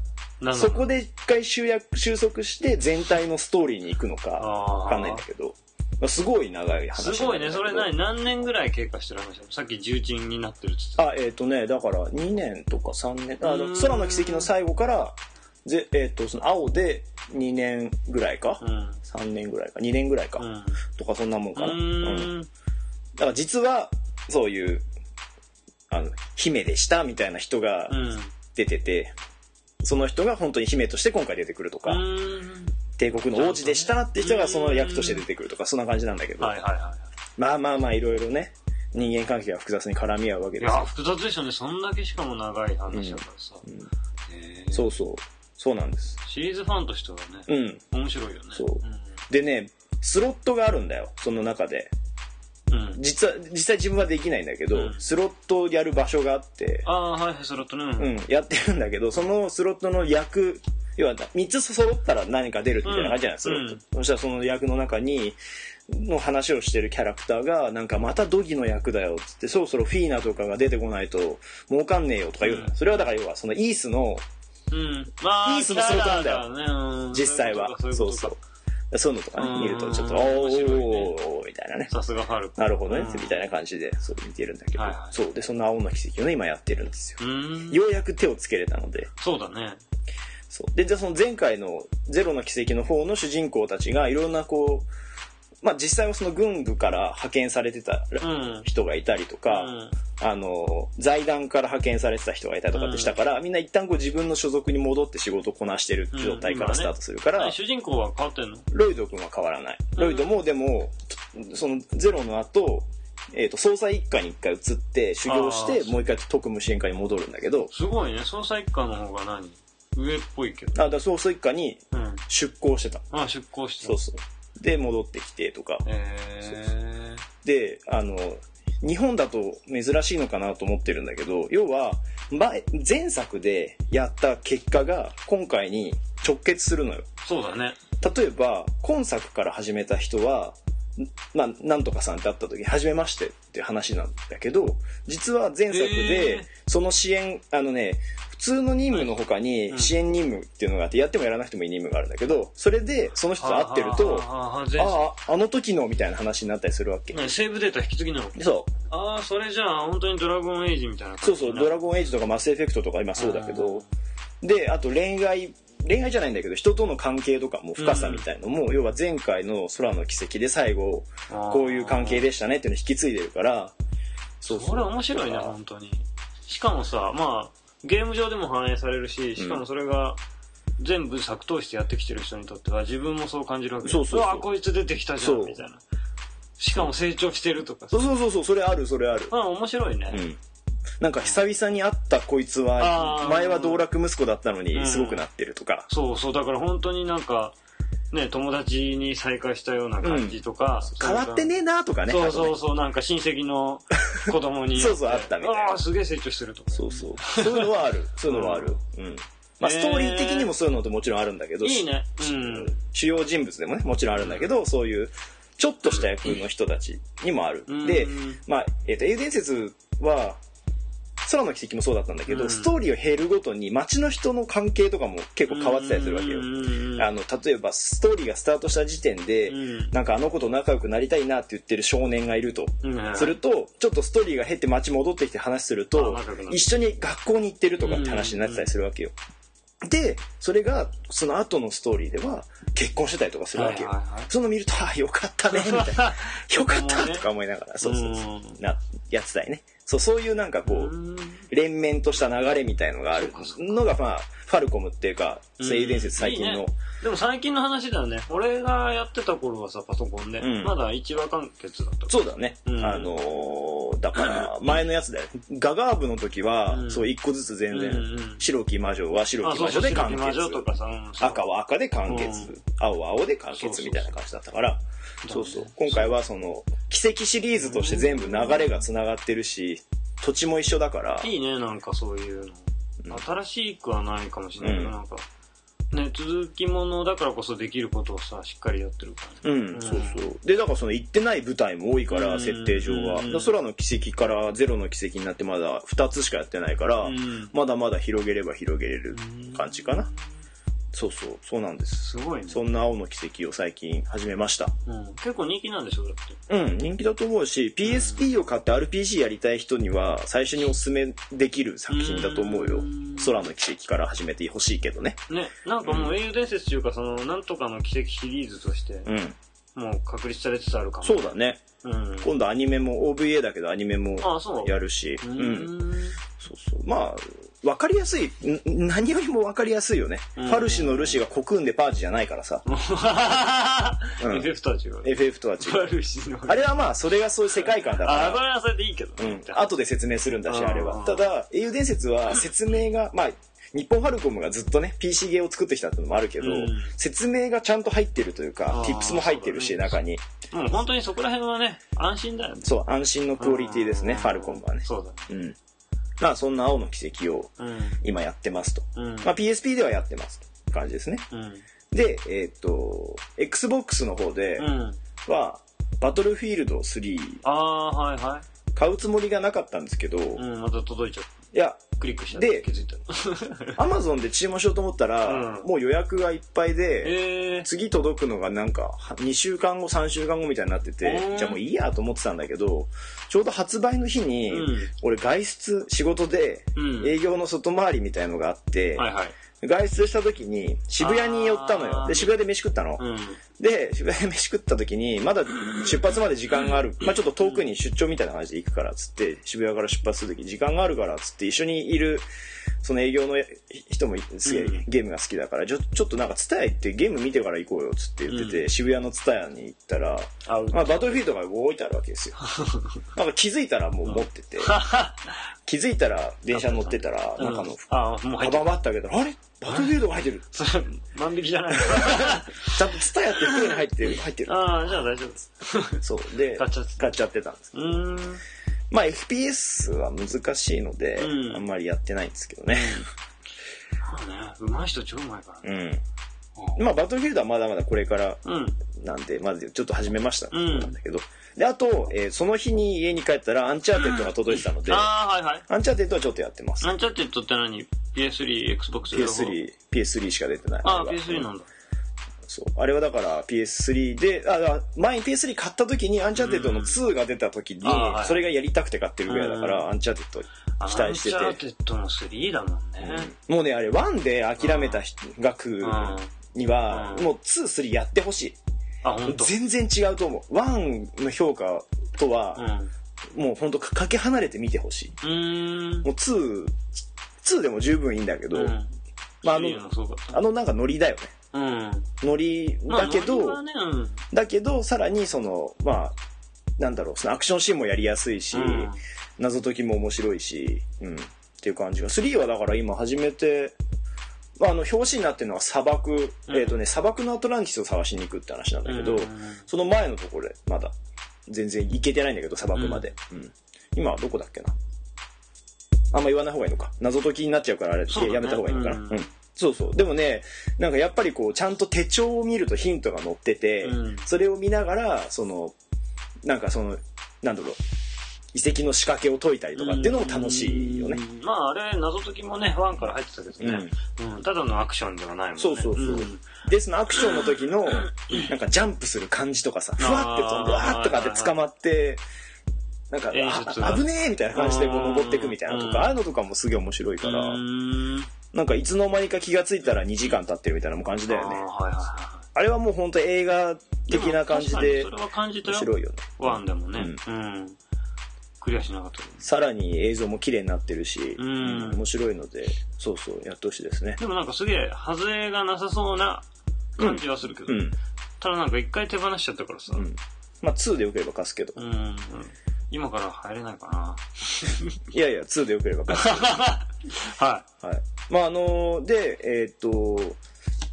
S2: 七
S1: そこで一回集約、収束して全体のストーリーに行くのか、わ
S2: わ
S1: かんないんだけど、まあすごい長い話なんだけど。
S2: すごいね。それ何何年ぐらい経過してる話なのさっき重鎮になってるっつってた。
S1: あ、えっ、とね、だから2年とか3年、あ
S2: う
S1: の
S2: ーん
S1: 空の奇跡の最後から、ぜえっ、と、その青で2年ぐらいか、
S2: うん。
S1: 3年ぐらいか2年ぐらいか、
S2: うん。
S1: とかそんなもんかな、うんだ
S2: う
S1: から実はそういうあの姫でしたみたいな人が
S2: ーん。うん。
S1: 出てて、その人が本当に姫として今回出てくるとか、
S2: うん
S1: 帝国の王子でしたって人がその役として出てくるとかそんな感じなんだけど、
S2: はいはいは
S1: まあまあまあいろいろね人間関係が複雑に絡み合うわけ
S2: い。い
S1: です
S2: や、
S1: よ、
S2: 複雑でしょうね。そんだけしかも長い話だからさ。
S1: うん
S2: へー
S1: そうそうそうなんです
S2: シリーズファンとしては
S1: う
S2: ね、
S1: ん
S2: 面白いよね。
S1: そうんでねスロットがあるんだよその中で
S2: うん。
S1: 実は実際自分はできないんだけど、
S2: うん
S1: スロットをやる場所があって
S2: ああ、はいはい、スロットね。うん
S1: うん、やってるんだけど、そのスロットの役、要は3つ揃ったら何か出るみたいな感じじゃない、
S2: うん
S1: スロット。そしたらその役の中に、の話をしてるキャラクターが、なんかまたドギの役だよっつって、そろそろフィーナとかが出てこないと儲かんねえよとか言うのよ、
S2: うん
S1: それはだから要はそのイースの
S2: うん。まあ、
S1: いいスロットなんだよ
S2: キャラね。うん
S1: 実際は、
S2: そういう
S1: そ
S2: こ
S1: うそ
S2: とかそういううこ。
S1: そういうのとか
S2: う
S1: ね、
S2: ん
S1: 見るとちょっと、おーお
S2: 面白いね
S1: ーおーみたいなね
S2: と。か。さすがハルク。
S1: なるほどね、
S2: うん
S1: みたいな感じで、そう見てるんだけど、
S2: はいはい
S1: そう。で、その青の奇跡をね、今やってるんですよ。
S2: うん。
S1: ようやく手をつけれたので、
S2: そうだね。
S1: そう。で、じゃあその前回のゼロの奇跡の方の主人公たちがいろんなこう、まあ実際はその軍部から派遣されてた
S2: うん。
S1: 人がいたりとか、
S2: うん
S1: あの、財団から派遣されてた人がいたりとかってしたから、みんな一旦こう自分の所属に戻って仕事をこなしてる状態からスタートするから、
S2: 主人公は変わってんの
S1: ロイド君は変わらない。ロイドもでも、そのゼロの後、えっ、と、捜査一課に一回移って修行し
S2: あー
S1: て、もう一回特務支援課に戻るんだけど、
S2: すごいね。捜査一課の方が何上っぽいけど。
S1: あ、だから捜査一課に
S2: うん。
S1: 出向してた。
S2: まあ、出向して
S1: そうそう。で、戻ってきてとか。
S2: え
S1: で、あの、日本だと珍しいのかなと思ってるんだけど、要は、前、前作でやった結果が今回に直結するのよ。
S2: ー、そうだね。
S1: 例えば、今作から始めた人は、んまあ、なんとかさんって会った時に、はじめましてっていう話なんだけど、実は前作
S2: え
S1: で
S2: ー、
S1: その支援、あのね、普通の任務の他に
S2: うん
S1: 支援任務っていうのがあって、やってもやらなくてもいい任務があるんだけど、それでその人と会ってると、
S2: あーあー、あー前世
S1: ああ、あの時のみたいな話になったりするわけ。
S2: ねセーブデータ引き継ぎなの
S1: そう。
S2: ああ、それじゃあ、本当にドラゴンエイジみたいな
S1: そ
S2: 感
S1: うそ
S2: じ
S1: う、
S2: にな
S1: ドラゴンエイジとかマスエフェクトとか今そうだけど、で、あと恋愛、恋愛じゃないんだけど、人との関係とかも深さみたいのも、要は前回の空の奇跡で最後、
S2: あー
S1: こういう関係でしたねっていうのを引き継いでるから、そ
S2: これ面白いね、本当に。しかもさ、まあ、ゲーム上でも反映されるし、しかもそれが、全部作通してやってきてる人にとっては、自分もそう感じるわけじゃん
S1: そうそうそう
S2: わあ、こいつ出てきたじゃん、
S1: そう
S2: みたいな。しかも成長してるとか
S1: そ
S2: さ。
S1: うそうそうそう、それある、それある。
S2: まあ、面白いね。
S1: うん。なんか久々に会ったこいつ
S2: あ
S1: は、
S2: ー
S1: 前は道楽息子だったの
S2: う
S1: に
S2: ん
S1: すごくなってるとか、
S2: そうそう、だから本当になんか、ね、友達に再会したような感じとか。そ
S1: 変
S2: ういう
S1: わってねえなとかね。
S2: そう
S1: あと
S2: そう
S1: ね
S2: そう、なんか親戚の子供に。
S1: <laughs> そうそうあったみたいな
S2: ああ、すげえ成長してるとか。
S1: そうそう。そういうのはある。 <laughs> そういうのはある。うん。まあ、
S2: へー
S1: ストーリー的にもそういうのってもちろんあるんだけど、
S2: いいね。うん。
S1: 主要人物でもね、もちろんあるんだけど、そういう、ちょっとした役の人たちにもある。
S2: うん
S1: で、まあ、えっ、と、英雄伝説は、空の奇跡もそうだったんだけど、
S2: うん
S1: ストーリーを経るごとに街の人の関係とかも結構変わってたりするわけよ。あ
S2: よ。
S1: の、例えばストーリーがスタートした時点で、
S2: うん
S1: なんかあの子と仲良くなりたいなって言ってる少年がいると。
S2: うん
S1: すると、ちょっとストーリーが減って街戻ってきて話すると
S2: あ仲良くな、る
S1: 一緒に学校に行ってるとかって話になってたりするわけよ。で、それが、その後のストーリーでは、結婚してたりとかするわけよ。
S2: はいはいはい
S1: その見ると、あ、よかったね、
S2: <laughs>
S1: みたいな。よかっ
S2: そこも
S1: た
S2: ね
S1: とか思いながら、 <laughs> そうそうそう
S2: うん
S1: な、やってたりね。そう、そういうなんかこう、
S2: うん
S1: 連綿とした流れみたいのがあるのが、まあ、ファルコムっていうか、
S2: うん
S1: 聖伝説最近
S2: いい
S1: の
S2: ね。でも最近の話だよね。俺がやってた頃はさ、パソコンで。
S1: うん
S2: まだ一話完結だった。
S1: そうだね。
S2: うん
S1: あのーだから、前のやつだよ。ガガーブの時は、
S2: うん
S1: そう、一個ずつ全然、
S2: うんうん
S1: 白き魔女は白
S2: あ、
S1: き
S2: そ
S1: 魔
S2: うそ
S1: 女
S2: う、
S1: で
S2: 白
S1: 完
S2: き
S1: 結。
S2: 魔女とかさ、うんそう
S1: 赤は赤で完結、
S2: うん
S1: 青は青で完結みたいな感じだったから、そうそう。今回はその、奇跡シリーズとして全部流れが繋がってるし、土地も一緒だから、
S2: いいね、なんかそういうの。新しくはないかもしれないけど、
S1: うん
S2: なんか、ね、続きものだからこそできることをさ、しっかりやってるから
S1: う
S2: ね。
S1: ん、そうそう。で、だからその行ってない舞台も多いから、
S2: うん
S1: 設定上は。
S2: う
S1: だ
S2: ん
S1: から空の奇跡からゼロの奇跡になってまだ2つしかやってないから、
S2: うん
S1: まだまだ広げれば広げれる感じかな。そうそう、そうなんです。
S2: すごいね。
S1: そんな青の奇跡を最近始めました。
S2: うん結構人気なんでしょ、だって。
S1: うん、人気だと思うし、PSP を買って RPG やりたい人には最初におすすめできる作品だと思うよ
S2: うん。
S1: 空の奇跡から始めてほしいけどね。
S2: ね、なんかもう英雄伝説というか、その、なんとかの奇跡シリーズとして、
S1: うん、
S2: もう確立されつつあるかも。
S1: そうだね。
S2: うん。
S1: 今度アニメも OVA だけどアニメも
S2: あ、そう。
S1: やるし、
S2: う。
S1: うんん、そうそう。まあ、わかりやすい、ん何よりもわかりやすいよね。
S2: うん
S1: パルシのルシがコクーンでパージじゃないからさ。うん
S2: FF とは違う。
S1: FF とは違う。
S2: 悪いしの。
S1: あれはまあ、それがそういう世界観だから。
S2: あ、これはそれでいいけど
S1: う
S2: ね
S1: ん。、後で説明するんだし、
S2: うん
S1: あれは。ただ、英雄伝説
S2: <laughs>
S1: は説明が、まあ、日本ファルコムがずっとね、PC ゲーを作ってきたってのもあるけど、
S2: うん
S1: 説明がちゃんと入ってるという
S2: あ
S1: か
S2: ー、
S1: tips も入ってるし、
S2: そうだね
S1: 中に。
S2: もう本当にそこら辺はね、安心だよね。
S1: そう、安心のクオリティですね、
S2: うん
S1: ファルコムはね。
S2: そうだね。
S1: うん。まあ、そんな青の奇跡を今やってますと。
S2: うん。うん。
S1: まあ、PSP ではやってますと。感じですね。
S2: うん。
S1: で、えーっと、Xbox の方で
S2: うん。
S1: は、バトルフィールド3
S2: ああ、はいは
S1: 買うつもりがなかったんですけど、
S2: い。
S1: い
S2: うん、また届いちゃっ
S1: や、
S2: た。クリックした。
S1: で
S2: 気づいた。
S1: アマゾンで注文しようと思ったら、
S2: うん
S1: もう予約がいっぱいで、
S2: ええ。
S1: 次届くのがなんかは2週間後3週間後みたいになってて、
S2: うん
S1: じゃあもういいやと思ってたんだけどちょうど発売の日に、
S2: うん
S1: 俺外出仕事で
S2: うん
S1: 営業の外回りみたいのがあって、
S2: はいはい。
S1: 外出した時に渋谷に寄ったの
S2: あ
S1: よ
S2: ー
S1: で渋谷で飯食ったの、
S2: うん。
S1: で <laughs> 渋谷で飯食った時にまだ出発まで時間がある、まあ、ちょっと遠くに出張みたいな感じで行くからっつって渋谷から出発する時時間があるからっつって一緒にいるその営業の人もすげえ
S2: うん
S1: ゲームが好きだからちょちょっとなんか蔦屋行ってゲーム見てから行こうよっつって言ってて、
S2: う
S1: 渋谷の蔦屋に行ったら、
S2: あ、う
S1: まあ、バトルフィールドが動いてあるわけですよなんか気づいたらもう持ってて、 <laughs> 気づいたら電車乗ってたら
S2: <laughs> うん
S1: 中の
S2: あ、もう入
S1: カ
S2: っ
S1: バ
S2: てる
S1: ンバって開けたらあれバトルフィールドが入ってる
S2: それ、 <laughs> 万引き
S1: <laughs>
S2: じゃない
S1: ちゃんと蔦屋って袋に入ってる入ってる
S2: ああ、じゃあ大丈夫です。
S1: そう。で、
S2: 買っちゃってた
S1: 買っちゃってたんです。
S2: うーん。
S1: まあ、FPS は難しいので、
S2: うん
S1: あんまりやってないんですけどね。
S2: まあね、うまい人超うまいからね。
S1: うん。まあ、バトルフィールドはまだまだこれから
S2: うん。
S1: なんで、まずちょっと始めました。
S2: うん
S1: なんだけど。で、あと、えーその日に家に帰ったら、アンチャーテッドが届いてたので、
S2: ああ、はいはい。
S1: アンチャーテッドはちょっとやってます。
S2: アンチャーテッドって何 ?PS3、Xbox 両方
S1: PS3、PS3 しか出てない。
S2: ああ、
S1: れは
S2: PS3 なんだ。
S1: そう。あれはだから PS3 で、あ、だから前に PS3 買った時に、アンチャーテッドの2が出た時に
S2: うんあーはい、
S1: それがやりたくて買ってるぐらいだから、
S2: うん
S1: アンチャーテッド期待してて。
S2: アンチャーテッドの3だもんね。
S1: もうね、あれ、1で諦めた人額
S2: あ
S1: には
S2: う、ん
S1: もう2、3やってほし
S2: あ、ほん
S1: い。
S2: と。
S1: 全然違うと思う。1の評価と
S2: うん。
S1: は、
S2: う
S1: もうほんとかかけ離れて見てほし
S2: ーん
S1: い。。もう2、2でも十分いいんだけど、
S2: うん
S1: まああの
S2: 3D もそうだった
S1: あのなんかノリだよね。
S2: うん。
S1: ノリだけど、
S2: まあノリはね
S1: だけど、さらにその、まあ、なんだろう、そのアクションシーンもやりやすいし、
S2: うんうん
S1: 謎解きも面白いし、うん、っていう感じが。3はだから今始めて、まあ、あの、表紙になってるのは砂漠、
S2: うん
S1: えっ、とね、砂漠のアトランティスを探しに行くって話なんだけど、その前のところで、まだ、全然行けてないんだけど、砂漠まで。うん。今はどこだっけな。あんま言わない方がいいのか。謎解きになっちゃうから、あれ、
S2: そうだね
S1: やめた方がいいのかな。
S2: う
S1: うんん。そうそう。でもね、なんかやっぱりこう、ちゃんと手帳を見るとヒントが載ってて、
S2: うん
S1: それを見ながら、その、なんかその、なんだろう、遺跡の仕掛けを解いたりとかっていうのも楽しいよね。
S2: うん。まああれ、謎解きもね、ワンから入ってたけどね、うんただのアクションではないもんね。
S1: そうそうそうんで、そのアクションの時の、なんかジャンプする感じとかさ、ふわって飛んで、
S2: あ
S1: わ
S2: ー
S1: ーっとかって捕まって、なんか、
S2: 演出が
S1: あ危ねえみたいな感じでこう登っていくみたいなと
S2: うん
S1: か、ああいうのとかもすげえ面白いから
S2: う、ん
S1: なんかいつの間にか気がついたら2時間経ってるみたいなもん感じだよね。
S2: あーはいはいは
S1: あれはもう本当映画
S2: い。
S1: 的な感じで
S2: も確かにそれは感じた
S1: 面
S2: よ。
S1: 白いよね。
S2: ワンでもね、うん。クリアしなかったけど。
S1: さらに映像も綺麗になってるし、
S2: うん
S1: 面白いので、そうそう、やってほしいですね。
S2: でもなんかすげえ、外れがなさそうな感じはするけど。
S1: うん。
S2: ただなんか一回手放しちゃったからさ。
S1: う
S2: うんん。
S1: まあ2でよければ貸すけど。
S2: 今から入れないかな。
S1: いやいや、2でよければ貸す。
S2: は
S1: はい。まああので、えーっと、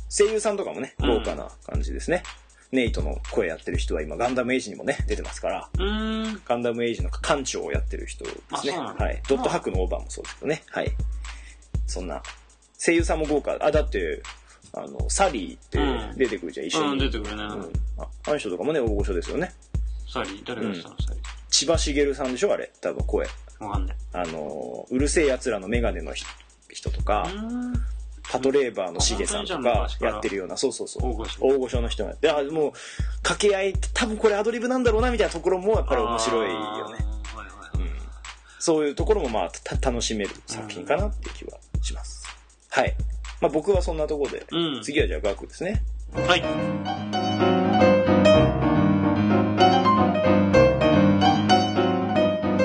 S1: 声優さんとかもね、
S2: うん
S1: 豪華な感じですね。ネイトの声やってる人は今、ガンダムエイジにもね、出てますから、
S2: い。うーん。
S1: ガンダムエイジの艦長をやってる人ですね。
S2: あそうなんだ
S1: はい。ドットハックのオーバーもそうですけどね。はい。そんな、声優さんも豪華。あ、だって、あの、サリーっ
S2: うん
S1: て出てくるじゃん、一緒に。
S2: うん、出てくるね。
S1: うん、ああの人とかもね大御所ですよね
S2: サリー、誰が来たの、サリー。
S1: 千葉茂さんでしょあれ多分声
S2: わかんない。
S1: あのーうるせえやつらの眼鏡のひ人とか
S2: うーん。
S1: パトレーバーのしげさんとか
S2: 本当にじゃあ
S1: やってるようなそうそうそう
S2: 大御所
S1: 大御所の人がであもう掛け合い多分これアドリブなんだろうなみたいなところもやっぱり面白いよね
S2: あー。はいはいはい。
S1: そういうところもまあた楽しめる作品かなっていう気はします、はい、まあ、僕はそんなところで、
S2: うん
S1: 次はじゃあガクですね
S2: はい。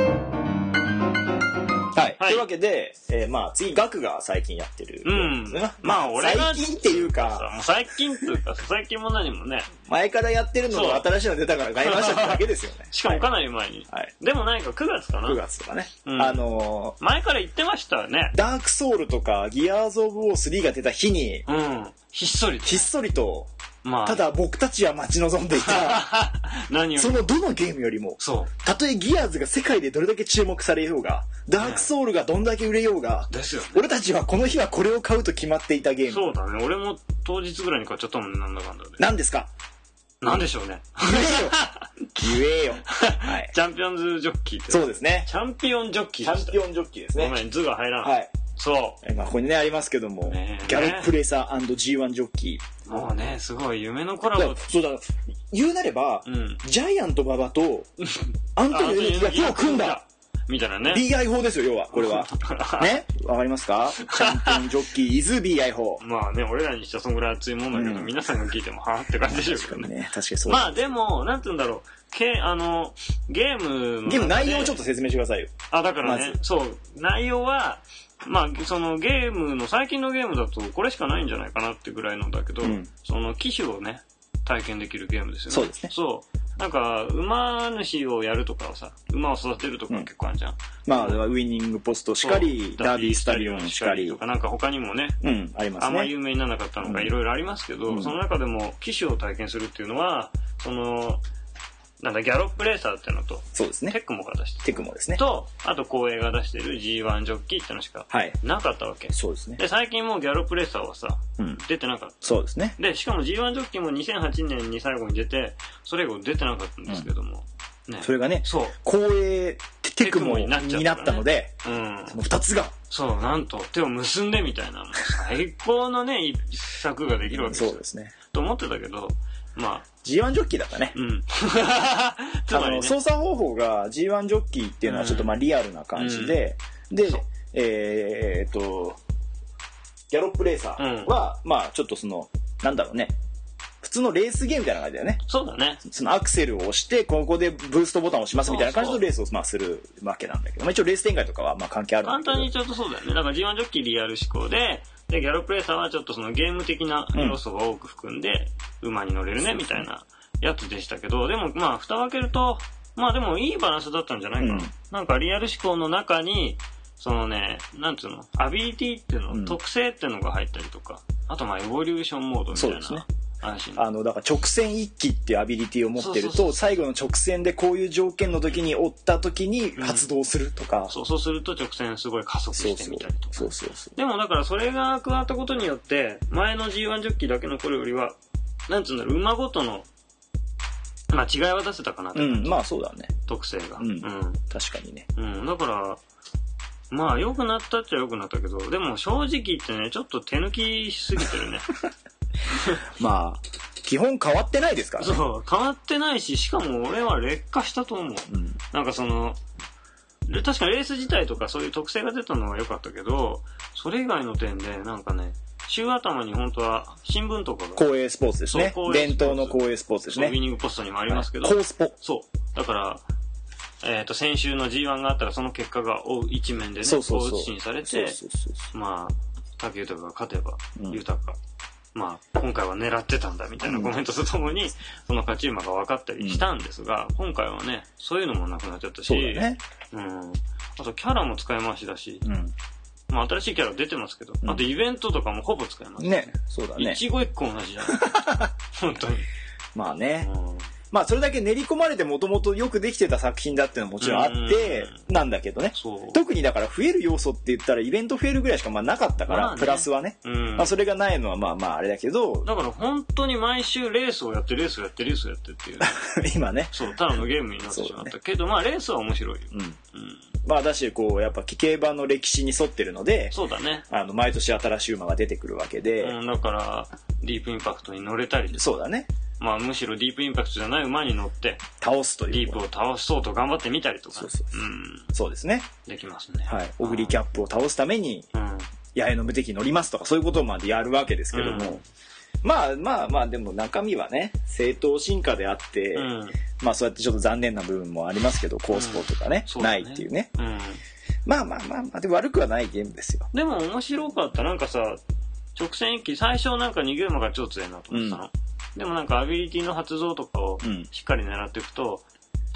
S1: はい。
S2: はい
S1: というわけで、えーまあ、次、ガクが最近やってる。
S2: うん
S1: ま
S2: ま
S1: あ、
S2: あ俺が
S1: 最近っていう
S2: さ
S1: か、
S2: もう最近というか、最近も何もね、
S1: 前からやってるの
S2: そ
S1: が
S2: う。
S1: 新しいの出たから買いましたってだけですよね
S2: しかもかなり前に。
S1: はい。
S2: でもなんか9月かな
S1: 9月とかね。
S2: うん
S1: あの
S2: 前から言ってましたね
S1: ー。ダークソウルとか、ギアーズ・オブ・ウォー3が出た日に、
S2: うん。ひっそりと。
S1: ひっそりと、
S2: まあ。
S1: た、だ僕たちは待ち望んでいた、
S2: 何を。
S1: そのどのゲームよりも、
S2: そ
S1: たとえギアーズが世界でどれだけ注目されようが、ダークソウルがどんだけ売れようが
S2: う。、ですよね。
S1: 俺たちはこの日はこれを買うと決まっていたゲーム。
S2: そうだね。俺も当日ぐらいに買っちゃったもんね、なんだかんだで。
S1: 何ですか
S2: なんでしょうね。
S1: 言 <laughs> えよ。言えよ。はい。
S2: チャンピオンズジョッキーって。
S1: そうですね。
S2: チャンピオンジョッキ
S1: チ
S2: ーでし
S1: ャ
S2: た
S1: ンピオンジョッキーですね
S2: ご。めん、図が入らん。
S1: はい。
S2: そ
S1: まあ、ここにね、ありますけども、
S2: ねえ
S1: ギャロップレーサー &G1 ジョッキ
S2: う。もうね、すごい夢のコ
S1: ー。
S2: ラ
S1: だ
S2: ボ
S1: から。そうだ、言うなれば、
S2: うん。
S1: ジャイアント馬場と、アント
S2: あ
S1: ニオ猪木が手を組んだ、。
S2: みたいなね。
S1: BI 法ですよ、要は、これ
S2: <laughs>
S1: は。 <laughs> ねわかりますかチャンピオンジョッキー is BI 法。
S2: まあね、俺らにしてはそんぐらい熱いもんだけど、
S1: うん
S2: 皆さんが聞いても、はぁって感じでしょうけどね。
S1: ね、確かにそう。
S2: まあでも、なんて言うんだろう。け、あの、ゲームの中で
S1: ゲーム内容をちょっと説明してくださいよ。
S2: あ、だからね
S1: ま、
S2: そう、内容は、まあ、そのゲームの、最近のゲームだと、これしかないんじゃないかなってぐらいのだけど、
S1: うん
S2: その機種をね、体験できるゲームですよね。
S1: そうですね
S2: そう。なんか、馬主をやるとかはさ、馬を育てるとかは結構あるじゃん。
S1: まあ、ウィニングポストしかり、ダービースタリオンしかり
S2: と、か、なんか他にもね、
S1: うん、ありま
S2: あ
S1: す
S2: んま
S1: ね。
S2: 有名にならなかったのが
S1: うん
S2: いろいろありますけど、
S1: うん
S2: その中でも機種を体験するっていうのは、その、なんだ、ギャロップレーサーっていうのと、
S1: そうです
S2: テ
S1: ね。
S2: ックモが出して
S1: テクモですね。
S2: と、あと光栄が出してる G1 ジョッキーってのしか
S1: はい。
S2: なかったわけ。
S1: そうですね。
S2: で、最近もうギャロップレーサーはさ、
S1: うん。
S2: 出てなかっ
S1: そうですね。
S2: た。で、しかも G1 ジョッキーも2008年に最後に出て、それ以降出てなかったんですけども。ね。
S1: それがね、
S2: そう。
S1: 光栄テクモになったので、
S2: うん。
S1: その2つが、
S2: そう、なんと、手を結んでみたいな、もう最高のね、一作ができるわけです
S1: そう
S2: よ
S1: で。すね。
S2: と思ってたけど、まあ、
S1: G1 ジョッキーだったね。 <laughs>
S2: うん。つ
S1: あ
S2: ま
S1: の、
S2: りね。
S1: 操作方法が G1 ジョッキーっていうのはちょっとまあリアルな感じで、で
S2: そう、
S1: えーっと、ギャロップレーサーは、まあちょっとその、なんだろうね、普通のレースゲームみたいな感じだよね。
S2: そうだね。
S1: そのアクセルを押して、ここでブーストボタンを押しますみたいな感じのレースをまあするわけなんだけど、まあ一応レース展開とかはまあ関係あるんだ
S2: 簡
S1: けど
S2: 単に言っちゃうとそうだよね。だから G1 ジョッキーリアル思考で、で、ギャロップレーサーはちょっとそのゲーム的な要素が多く含んで、馬に乗れるね、みたいなやつでしたけど、でもまあ、蓋を開けると、まあでもいいバランスだったんじゃないかな。
S1: うん
S2: なんかリアル思考の中に、そのね、なんつうの、アビリティっていうの、
S1: うん
S2: 特性っていうのが入ったりとか、あとまあ、エボリューションモードみた
S1: そ
S2: い
S1: うですね
S2: な話にな
S1: あの、だから直線一機っていうアビリティを持ってる
S2: そうそうそ
S1: と、最後の直線でこういう条件の時に追った時に発動するとか。
S2: そう、そうすると直線すごい加速
S1: そ
S2: し
S1: う
S2: て
S1: そう
S2: みたりとか。
S1: そうそうそう。
S2: でもだからそれが加わったことによって、前の G1 ジョッキーだけの頃よりは、なんつうんだろう、馬ごとの、まあ違いは出せたかなって、
S1: うん、まあそうだね。
S2: 特性が。
S1: うん確かにね。
S2: うん。うん。だから、まあ良くなったっちゃ良くなったけど、でも正直言ってね、ちょっと手抜きしすぎて
S1: <laughs>
S2: るね。
S1: まあ、基本変わってないですからね。
S2: そう、変わってないし、しかも俺は劣化したと思う。
S1: うん。
S2: なんかその、で確かレース自体とかそういう特性が出たのは良かったけど、それ以外の点で、なんかね、週頭に本当は新聞とかが、
S3: 公営スポーツですね
S2: そう。公営スポー
S3: 伝
S2: ツ
S3: 統の公営スポーツです
S2: そうウィ
S3: ね。
S2: ニングポストにもありますけど、
S3: コースポ。
S2: そう。だから、えっ、と、先週の G1 があったらその結果が追う一面でね、
S3: そうそうそう
S2: こう打ちにされて、
S3: そうそうそうそう。
S2: まあ、竹豊が勝てば、
S1: うん
S2: 豊か。まあ、今回は狙ってたんだみたいなコメントとともに、その勝ち馬が分かったりしたんですが、今回はね、そういうのもなくなっちゃったし、
S1: そうだね。
S2: うん。あと、キャラも使い回しだし、
S1: う
S2: まあ、新しいキャラ出てますけど、
S1: うん
S2: あと、イベントとかもほぼ使います。
S1: ん。ね、そうだね。
S2: 一期一個同じじゃん。本当に。
S1: まあね。
S2: うん
S1: まあそれだけ練り込まれてもともとよくできてた作品だっていうのはもちろんあって、なんだけどね。
S2: そう。
S1: 特にだから増える要素って言ったらイベント増えるぐらいしかまあなかったか
S2: まあ
S1: ら、
S2: ね
S1: プラスはね。
S2: うん
S1: まあ。それがないのはまあまああれだけど、 <laughs>
S2: だから、本当に毎週レースをやって、レースをやって、レースをやってって
S1: <laughs>
S2: いう、
S1: 今ね。
S2: そう、ただのゲームになってしまっ
S1: そうだ
S2: たけど、まあ、レースは面白いよ。
S1: うん。
S2: うん。
S1: まあだし、こう、やっぱ競馬の歴史に沿ってるので、
S2: そうだね。
S1: あの、毎年新しい馬が出てくるわけで、
S2: うん、だから、ディープインパクトに乗れたりです。
S1: そうだね。
S2: まあ、むしろディープインパクトじゃない馬に乗って、
S1: 倒すと
S2: デ
S1: い
S2: ィ
S1: う
S2: ープを。倒そうと頑張ってみたりとか。
S1: そうそう
S2: うん。
S1: そうですね。
S2: できますね。
S1: はい。オグリキャップを倒すために、
S2: うん。
S1: 八重の無敵に乗りますとか、そういうことまでやるわけですけども、
S2: うん
S1: まあまあまあ、でも中身はね、正当進化であって、
S2: うん。
S1: まあそうやってちょっと残念な部分もありますけど、コースポとかね、
S2: そうだ
S1: な
S2: ね
S1: いっていうね。
S2: うん。
S1: まあまあまあまあ、でも悪くはないゲームですよ。
S2: でも面白かった。なんかさ、直線一気、最初なんか逃げ馬が超強いなと思ってたの。でもなんかアビリティの発動とかを
S1: うん
S2: しっかり狙っていくと、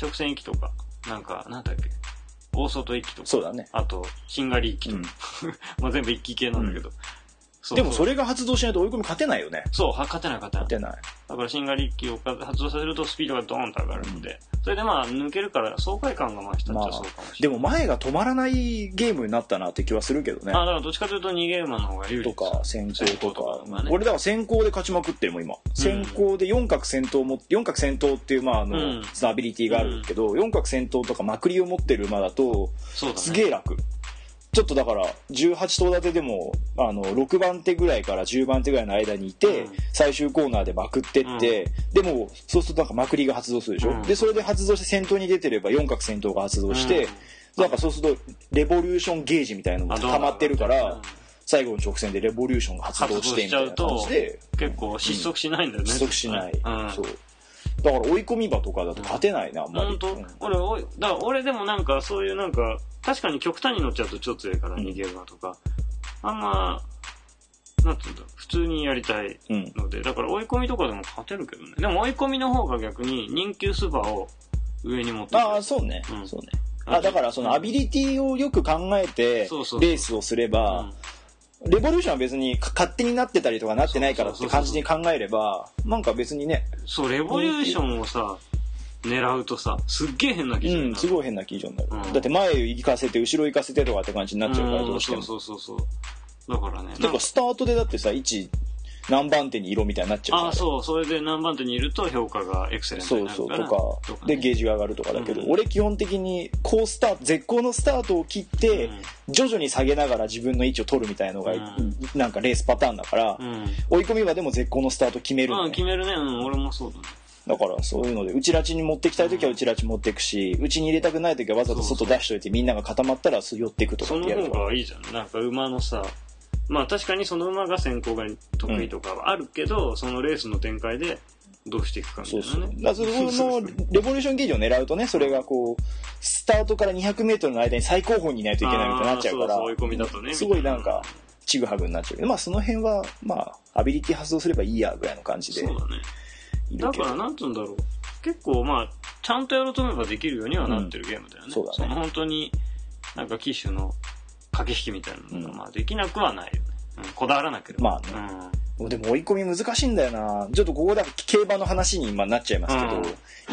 S2: 直線一気とか、なんか、なんだっけ、大外一気とか、
S1: そうだね。
S2: あと、シンガリ一気とか、まあ全部一気系なんだけど。そう
S1: でもそれが発動しないと追い込み勝てないよね。
S2: そう、は勝てない勝てない。
S1: 勝てない。
S2: だからシンガリッキーを発動させるとスピードがドーンと上がるので、それでまあ抜けるから爽快感が増したっちゃそうかもし
S1: で
S2: れない。
S1: も前が止まらないゲームになったなって気はするけどね
S2: あ、。だからどっちかというと逃げ馬の方が有利
S1: とか、先行と
S2: 先行とか
S1: か。
S2: ね
S1: 俺だから先行で勝ちまくってるもん、今。先行で四角戦闘も、四角戦闘っていう、まあ、あ
S2: うん
S1: の、アビリティがあるけど、四角戦闘とかまくりを持ってる馬だと、
S2: そうだね。
S1: すげえ楽。ちょっとだから、18頭立てでも、あの、6番手ぐらいから10番手ぐらいの間にいて、
S2: うん
S1: 最終コーナーでまくってって、でも、そうするとなんかまくりが発動するでしょ、
S2: うん
S1: で、それで発動して先頭に出てれば四角戦闘が発動して、なんかそうすると、レボリューションゲージみたいなの
S2: あ
S1: が
S2: どうな
S1: 溜
S2: る
S1: まってるか
S2: う
S1: ら
S2: ん、
S1: 最後の直線でレボリューションが発
S2: 発動
S1: 動して
S2: し
S1: み
S2: ち
S1: た
S2: ゃ
S1: いな
S2: う
S1: 感
S2: と
S1: じで、、
S2: 結構失速しないんだよね。
S1: 失速しない。
S2: うん。
S1: そう。だから追い込み場とかだと勝てないな、あんまり。
S2: 本当、
S1: うん
S2: 俺、おいだから俺でもなんかそういうなんか、確かに極端に乗っちゃうとちょっと強いから逃げ馬とか、あんま、なんていうんだろう普通にやりたい
S1: うん。
S2: ので、だから追い込みとかでも勝てるけどね。でも追い込みの方が逆に人級スーパーを上に持ってくる
S1: ああ、そうね。
S2: うん
S1: そうね。あだからそのアビリティをよく考えてレ
S2: そうそうそう
S1: ースをすれ
S2: うん
S1: ばレボリューションは別にか勝手になってたりとかなってないからって感じに考えればなんか別にね
S2: そう、レボリューションをさ、狙うとさ、すっげえ変な基
S1: う
S2: 準に
S1: ん
S2: な
S1: す
S2: る。
S1: ごい変な基準になる
S2: うん
S1: だって前行かせて後ろ行かせてとかって感じになっちゃうからどうしても
S2: んそうそうそうそう。だからね。
S1: だからスタートでだってさ位置何番手に色みたいになっちゃうじゃ
S2: あ
S1: ん
S2: あ、そう、それで何番手にいると評価がエクセレントに
S1: そう
S2: な
S1: そ
S2: る
S1: う
S2: から
S1: とかでゲージが上がるとかだけど
S2: うん
S1: 俺基本的に高スタート絶好のスタートを切って
S2: うん
S1: 徐々に下げながら自分の位置を取るみたいのが
S2: うん
S1: なんかレースパターンだから
S2: うん。
S1: 追い込みはでも絶好のスタート決める
S2: ま
S1: の
S2: あ、
S1: ね
S2: 決めるね。うん、俺もそうだね。
S1: だからそういうのでうちらちに持ってきたい時はうちらち持ってくしうちに入れたくない時はわざと外出しといてみんなが固まったらす寄っていくとか
S2: そ
S1: っ
S2: の
S1: てやる
S2: 方
S1: から
S2: がいいじゃん。なんか馬のさ、まあ確かにその馬が先行が得意とかはあるけど、そのレースの展開でどうしていくかみた
S1: そ
S2: いう
S1: そう
S2: な
S1: だ
S2: ね。
S1: からそこのレボリューションゲージを狙うとねそれがこうスタートから 200m の間に最高峰にいないといけないみたいになっちゃうか
S2: あー
S1: ら
S2: そうそう追い込みだとね
S1: すごいなんかちぐはぐになっちゃうけどまあその辺はまあアビリティ発動すればいいやぐらいの感じで
S2: そうだね。
S1: いる
S2: だ
S1: け
S2: か
S1: ど
S2: らなんつうんだろう。結構まあ、ちゃんとやろうと思えばできるようにはなってるゲームだよね。
S1: うんそうだね
S2: の本当に、なんか機種の駆け引きみたいなのが、
S1: うん
S2: まあできなくはないよね。うんこだわらなければ。
S1: ま
S2: あね。
S1: でも追い込み難しいんだよなちょっとここだけ競馬の話に今なっちゃいますけ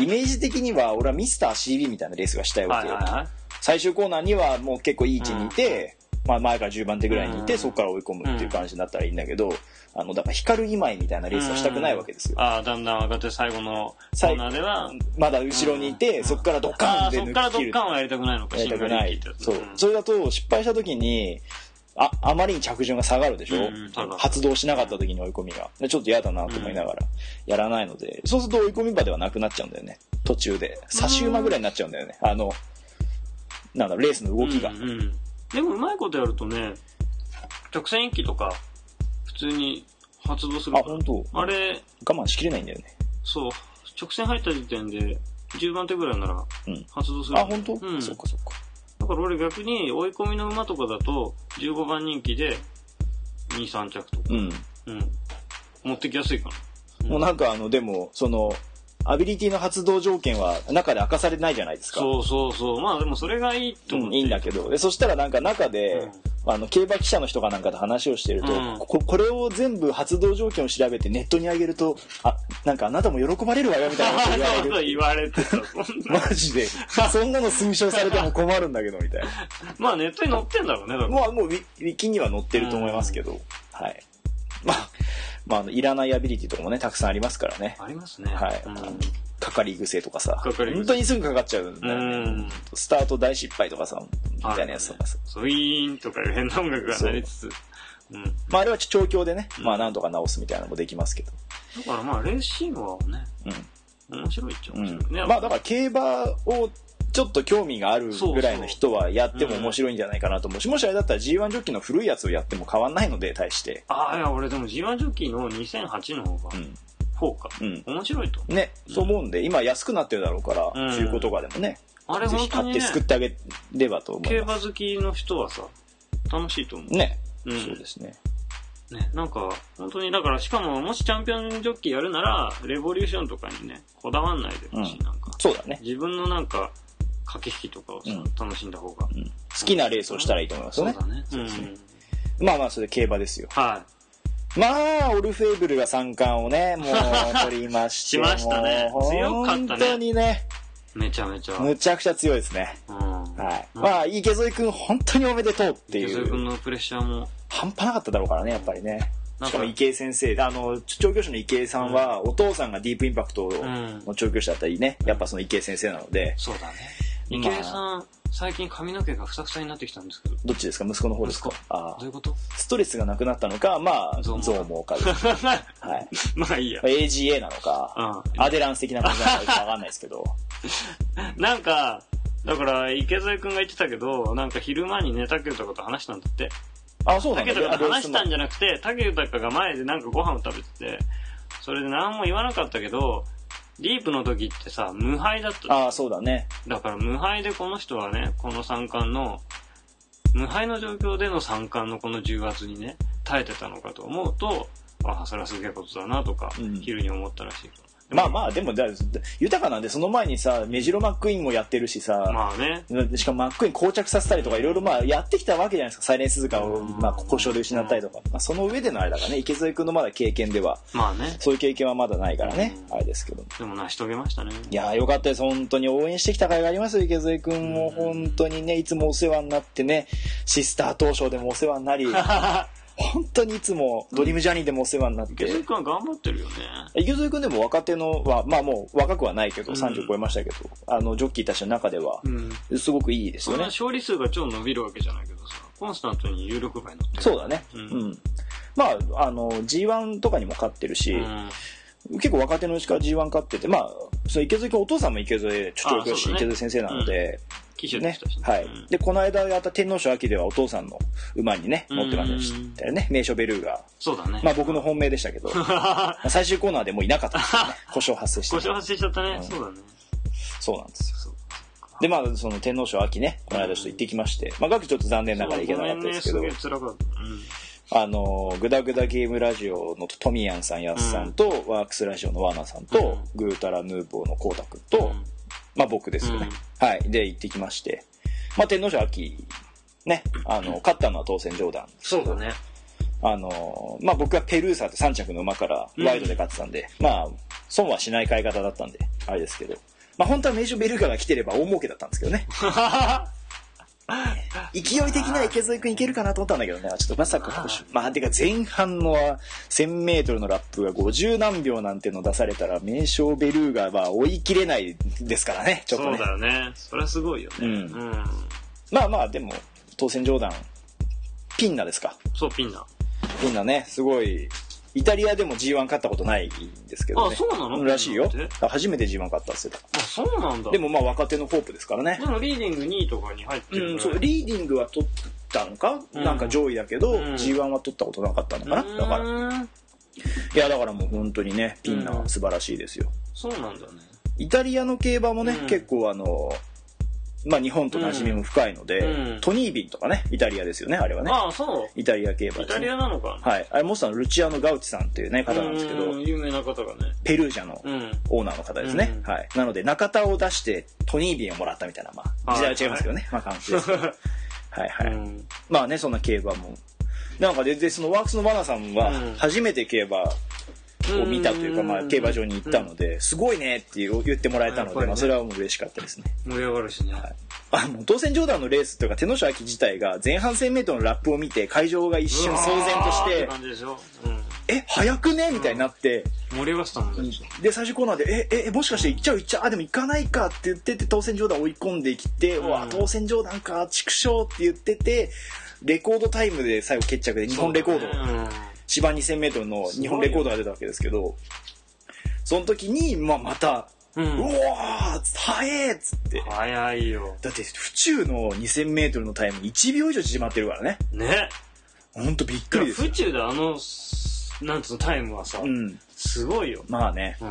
S1: ど、イメージ的には俺はミスター CB みたいなレースがしたい
S2: うん。
S1: わ
S2: はい
S1: け
S2: はい
S1: よ、
S2: はい。
S1: 最終コーナーにはもう結構いい位置にいて、まあ前から10番手ぐらいにいて、
S2: うん
S1: そこから追い込むっていう感じになったらいいんだけど、あの、だから光る今井みたいなレースはしたくないわけですよ。
S2: ああ、だんだん若手最後のコ
S1: 最
S2: ーナーでは、
S1: まだ後ろにいて、そこからド
S2: あ
S1: カ
S2: あ、
S1: ンで
S2: そっから
S1: 抜き
S2: ド
S1: 切
S2: ッ
S1: る。
S2: カンはやりたくないのか、
S1: やりたくな
S2: シン
S1: い
S2: グルリーキーって
S1: そう
S2: やつ
S1: うんそれだと失敗した時にああまりに着順が下がるでしょ、
S2: うん下がる
S1: 発動しなかった時に追い込みがでちょっと嫌だなと思いながらやらないので、そうすると追い込み場ではなくなっちゃうんだよね途中で差し馬ぐらいになっちゃうんだよねあのなんだろうレースの動きが、
S2: うんうんでもうまいことやるとね直線一気とか普通に発動する
S1: あ
S2: から
S1: 本当
S2: あれ
S1: 我慢しきれないんだよね
S2: そう直線入った時点で10番手ぐらいなら
S1: うん
S2: 発動する、
S1: あ本当、
S2: うん
S1: そっかそっか
S2: だから俺逆に追い込みの馬とかだと15番人気で23着とか、
S1: うん
S2: うん、持ってきやすいかな、
S1: もうなんかあのでもそのアビリティの発動条件は中で明かされないじゃないですか
S2: そうそうそうまあでもそれがいいと思っ
S1: うん
S2: て、
S1: いいんだけどでそしたらなんか中で、あの競馬記者の人がなんかと話をしてると、
S2: うん
S1: ここれを全部発動条件を調べてネットに上げるとあなんかあなたも喜ばれるわよみたいなこと言われ
S2: <laughs> そうそう
S1: る
S2: 言われてた
S1: マジでそんなの推奨されても困るんだけどみたいな
S2: まあネットに載ってんだ <laughs> ろうねだから
S1: もうもうウィウィキには載ってると思いますけど、はいまあまああのいらないアビリティとかもねたくさんありますからね
S2: ありますね
S1: はい
S2: うん
S1: かかり癖とかさ
S2: かかり癖
S1: 本当にすぐかかっちゃうんだよね、
S2: うん
S1: スタート大失敗とかさみたいなやつとかさ
S2: そう、ウィーンとかいう変な音楽が鳴りつつ。うん。だ
S1: まああれは調教でね、まあなんとか直すみたいなのもできますけど
S2: からまあ、レースシーンはね、
S1: うん
S2: 面白いっちゃ
S1: う
S2: 面白
S1: ん
S2: いね。
S1: まあだから競馬をちょっと興味があるぐらいの人はやっても面白いんじゃないかなと思うし、もしあれだったら G1 ジョッキの古いやつをやっても変わんないので、対して。
S2: ああ、いや、俺でも G1 ジョッキーの2008の方が
S1: う、ん。
S2: フォーか。
S1: うん。
S2: 面白いと。
S1: ね、そう思うんで、今安くなってるだろうから、
S2: うん
S1: 中古とかでもね、
S2: あれ
S1: ぜ
S2: 本
S1: ひ
S2: 当
S1: 買っ
S2: に
S1: て
S2: ね、
S1: 救ってあげればと思
S2: 競
S1: いま
S2: 馬好きの人はさ、楽しいと思
S1: す。ね、
S2: う。う。
S1: そうんですね。
S2: ね、なんか、本当に、だから、しかも、もしチャンピオンジョッキーやるなら、レボリューションとかにね、こだわんないでほしい、
S1: うん
S2: なんか。
S1: そうだね。
S2: 自分のなんか、駆け引きとかをさ
S1: うん
S2: 楽しんだ方が。
S1: 好きなレースをしたらいいと思います
S2: そう
S1: よね。
S2: だね。うん。
S1: まあまあ、それ競馬ですよ。
S2: はい。
S1: まあ、オルフェーブルが三冠をね、もう取りまして。
S2: <laughs> しましたね
S1: もう
S2: 強かったね
S1: 本当にね、
S2: めちゃめちゃ。
S1: むちゃくちゃ強いですね。
S2: うん。
S1: はい。
S2: うん
S1: まあ、池添くん、本当におめでとうって
S2: 池
S1: い
S2: 添君
S1: う。
S2: のプレッシャーも、
S1: 半端なかっただろうからね、やっぱりね。
S2: なん
S1: しか
S2: か
S1: も、池江先生、あの、調教師の池江さんは、お父さんがディープインパクト
S2: ん
S1: の調教師だったりね、やっぱその池江先生なので、
S2: そうだね。
S1: まあ
S2: 池江さん、最近髪の毛がふさふさになってきたんですけど、ど
S1: どっちですか息子の方ですか
S2: 息
S1: あ
S2: う
S1: あ
S2: いうこと <laughs>
S1: ストレスがなくなったのか、まあ、
S2: 増
S1: 増毛
S2: 毛 <laughs>
S1: かです。はい。
S2: まあいいや。
S1: AGA なのか、
S2: う
S1: アデランス的な感じなのかよくわかんないですけど、
S2: ん。なんか、だから、池添君が言ってたけど、なんか昼間にね、竹豊と話したんだって。
S1: あ、そうなん
S2: 竹
S1: だ。
S2: 豊
S1: あ
S2: と
S1: 両
S2: 話
S1: 室
S2: し
S1: の
S2: たんじゃなくて、竹豊が前でなんかご飯を食べてて、それで何も言わなかったけど、ディープの時ってさ、無敗だった。
S1: ああ、そうだね。
S2: だから無敗でこの人はね、この三冠の、無敗の状況での三冠のこの10月にね、耐えてたのかと思うと、ああ、それはすげえことだなとか、
S1: うん
S2: 昼に思ったらしい。
S1: まあまあ、でも、だ豊かなんで、その前にさ、メジロマックイーンもやってるしさ、
S2: まあね。
S1: しかもマックに膠着させたりとかいろいろまあやってきたわけじゃないですかサイレンスズカを
S2: うん
S1: まあ故障で失ったりとか、まあ、その上でのあれだからね池添君のまだ経験では
S2: まあね。
S1: そういう経験はまだないからね
S2: うん
S1: あれですけど
S2: でも成し遂げましたね。
S1: いやーよかったです本当に応援してきた甲斐がありますよ池添君も
S2: うん
S1: 本当にねいつもお世話になってねシスター東証でもお世話になり本当にいつもドリームジャーニーでもお世話になって
S2: 池田君は頑張ってるよね。
S1: 池添君でも若手のはまあもう若くはないけど
S2: うん
S1: 30超えましたけどあのジョッキーたちの中では
S2: うん。
S1: すごくいいです
S2: そ
S1: よ
S2: んな
S1: ね
S2: 勝利数が超伸びるわけじゃないけどさ、コンスタントに有力馬に乗ってる。
S1: そうだね。
S2: う
S1: うんん。まあ、あの、G1 とかにも勝ってるし、
S2: うん。
S1: 結構若手のうちから G1 勝ってて、まあ、その池添君、お父さんも池添、ちょっと教師、
S2: あそうだね
S1: 池添先生なので、
S2: 騎手で
S1: ね
S2: したし、ね。
S1: はい。
S2: うん
S1: で、この間やった天皇賞秋ではお父さんの馬にね、乗ってましたよね。名所ベルーが。
S2: そうだね。
S1: まあ僕の本命でしたけ
S2: <laughs>
S1: ど、まあ最終コーナーでもういなかったですよね。故障発生して
S2: 故。障発生しちゃったね。そうだね。
S1: そうなんですよ。
S2: そう
S1: で、まあ、その天皇賞秋ね、この間ちょっと行ってきまして、まあ、ガクちょっと残念ながら行けなかったですけど、
S2: ごめんね、すげえ辛かった。うん。
S1: あの、グダグダゲームラジオのトミヤンさん、やすさんと、ワークスラジオのワーナーさんと、グータラヌーボーのコウタ君と、
S2: うん
S1: まあ僕ですよね。はい。で、行ってきまして。まあ天皇賞秋、ね、あの、勝ったのは当選冗談。
S2: そうだね。
S1: あの、まあ僕はペルーサーって3着の馬からワイドで勝ってたんで、まあ、損はしない買い方だったん
S2: <laughs>
S1: で、あれですけど。まあ本当は名所ベルーガが来てれば大儲けだったんですけどね。
S4: 勢い的な池添君いけるかなと思ったんだけどね。
S1: ちょっとまさか保守。まあ、てか前半のは1000メートルのラップが50何秒なんての出されたら、名称ベルーガは追い切れないですからね、ちょっと
S2: そう
S1: ね。
S2: だよね。それはすごいよね。
S1: う。
S2: うんん。
S1: まあまあ、でも、当選冗談、ピンナですか。
S2: そう、ピンナ。
S1: ピンナね、すごい、イタリアでも G1 勝ったことないんですけど、ね。
S2: あそうなの
S1: んらしいよ
S2: ピンナっ。
S1: 初めて G1 勝ったっすよ。
S2: あ、そうなんだ。
S1: で、もまあ若手のホープですからね
S2: で。もリーディング2位とかに入ってる、
S1: うん、そう、リーディングは取ったのか、
S2: うん
S1: なんか上位だけど、
S2: うん
S1: G1 は取ったことなかったのかな、
S2: うーん
S1: だから。いや、だからもう本当にね、ピンナは素晴らしいですよ。
S2: そうなんだね。
S1: イタリアの競馬もね、
S2: うん
S1: 結構あの、まあ日本と馴染みも深いので、
S2: うん
S1: トニービンとかね、イタリアですよね、あれはね。
S2: ああ、そ
S1: イタリア競馬
S2: う。
S1: で
S2: イ
S1: す、
S2: タリ
S1: ね。
S2: アなのか。
S1: はい。あれ、モスターのルチアノ・ガウチさんっていうね、方なんですけど、
S2: うん有名な方がね。
S1: ペルージャの
S2: うん。
S1: オーナーの方ですね。
S2: うん
S1: はい。なので、中田を出して、トニービンをもらったみたいな、まあ、
S2: はい
S1: 時代は違いますけどね、まあ感じですけど。はいはい。
S2: うん
S1: まあね、そんな競馬も。なんかで、で、そのワークスのバナさんは
S2: うん、
S1: 初めて競馬を見たというか、
S2: うん
S1: まあ、競馬場に行ったので、すごいねっていう言ってもらえた
S2: や
S1: の
S2: っぱ
S1: で、
S2: りね
S1: まあ、それはもう嬉しかったですね。
S2: 盛り上がるしね。
S1: あの、当選ジョーダンのレースというか、手の内明自体が前半1000メートルのラップを見て、会場が一瞬騒然とし
S2: うわーって
S1: て、
S2: 感じでしょ。うん。
S1: え、早くねみたいになって、
S2: 盛り上がってたもんね。
S1: で、最終コーナーで、え、え、えもしかして行っちゃう行っちゃうあ、でも行かないかって言ってて、当選冗談追い込んできて、
S2: ん
S1: うわ、当選冗談か、畜生って言ってて、レコードタイムで最後決着で日本レコード、
S2: うん
S1: 芝2000メートルの日本レコードが出たわけですけど、その時に、まあ、また、
S2: う
S1: うんわー、早えっつって。
S2: 早いよ。
S1: だって、府中の2000メートルのタイム1秒以上縮まってるからね。
S2: ね。
S1: ほんとびっくりです
S2: 府
S1: よ。
S2: 中であの、なんつうの、タイムはさ、
S1: うん。
S2: すごいよ。
S1: まあね、
S2: うん。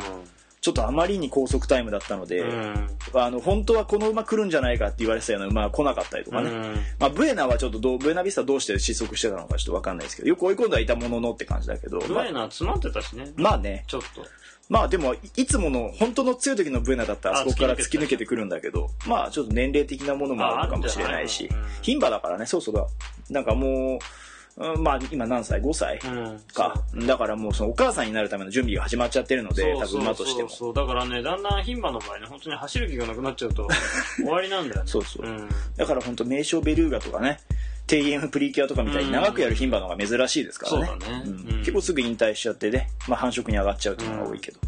S1: ちょっとあまりに高速タイムだったので、
S2: うん。
S1: あの本当はこの馬来るんじゃないかって言われてたような馬は来なかったりとかね、
S2: うん
S1: まあ、ブエナはちょっとどうブエナビスタどうして失速してたのかちょっと分かんないですけどよく追い込んではいたもののって感じだけど、
S2: ブ
S1: まあ
S2: エ、ナ詰まってたしね。
S1: まあね
S2: ちょっと。
S1: まあでもいいつもの本当の強い時のブエナだったら
S2: あ
S1: あそこから
S2: 突
S1: 突
S2: き
S1: き
S2: 抜
S1: 抜
S2: けて
S1: けてくるんだけどまあちょっと年齢的なものもあるかもしれないし
S2: ああるんじゃない
S1: 牝馬だからねそうそうだなんかもう、うんまあ今何歳5歳
S2: うん。
S1: か、だからもうそのお母さんになるための準備が始まっちゃってるので多分馬としても
S2: そうそうだからねだんだん牝馬の場合ね本当に走る気がなくなっちゃ
S1: <laughs>
S2: うと終わりなんだよね
S1: そうそう
S2: うん、
S1: だから本当名称ベルーガとかね、庭園プリキュアとかみたいに長くやる牝馬の方が珍しいですからね。
S2: そうだね
S1: ん
S2: うん
S1: 結構すぐ引退しちゃってね、まあ繁殖に上がっちゃうというのが多いけど。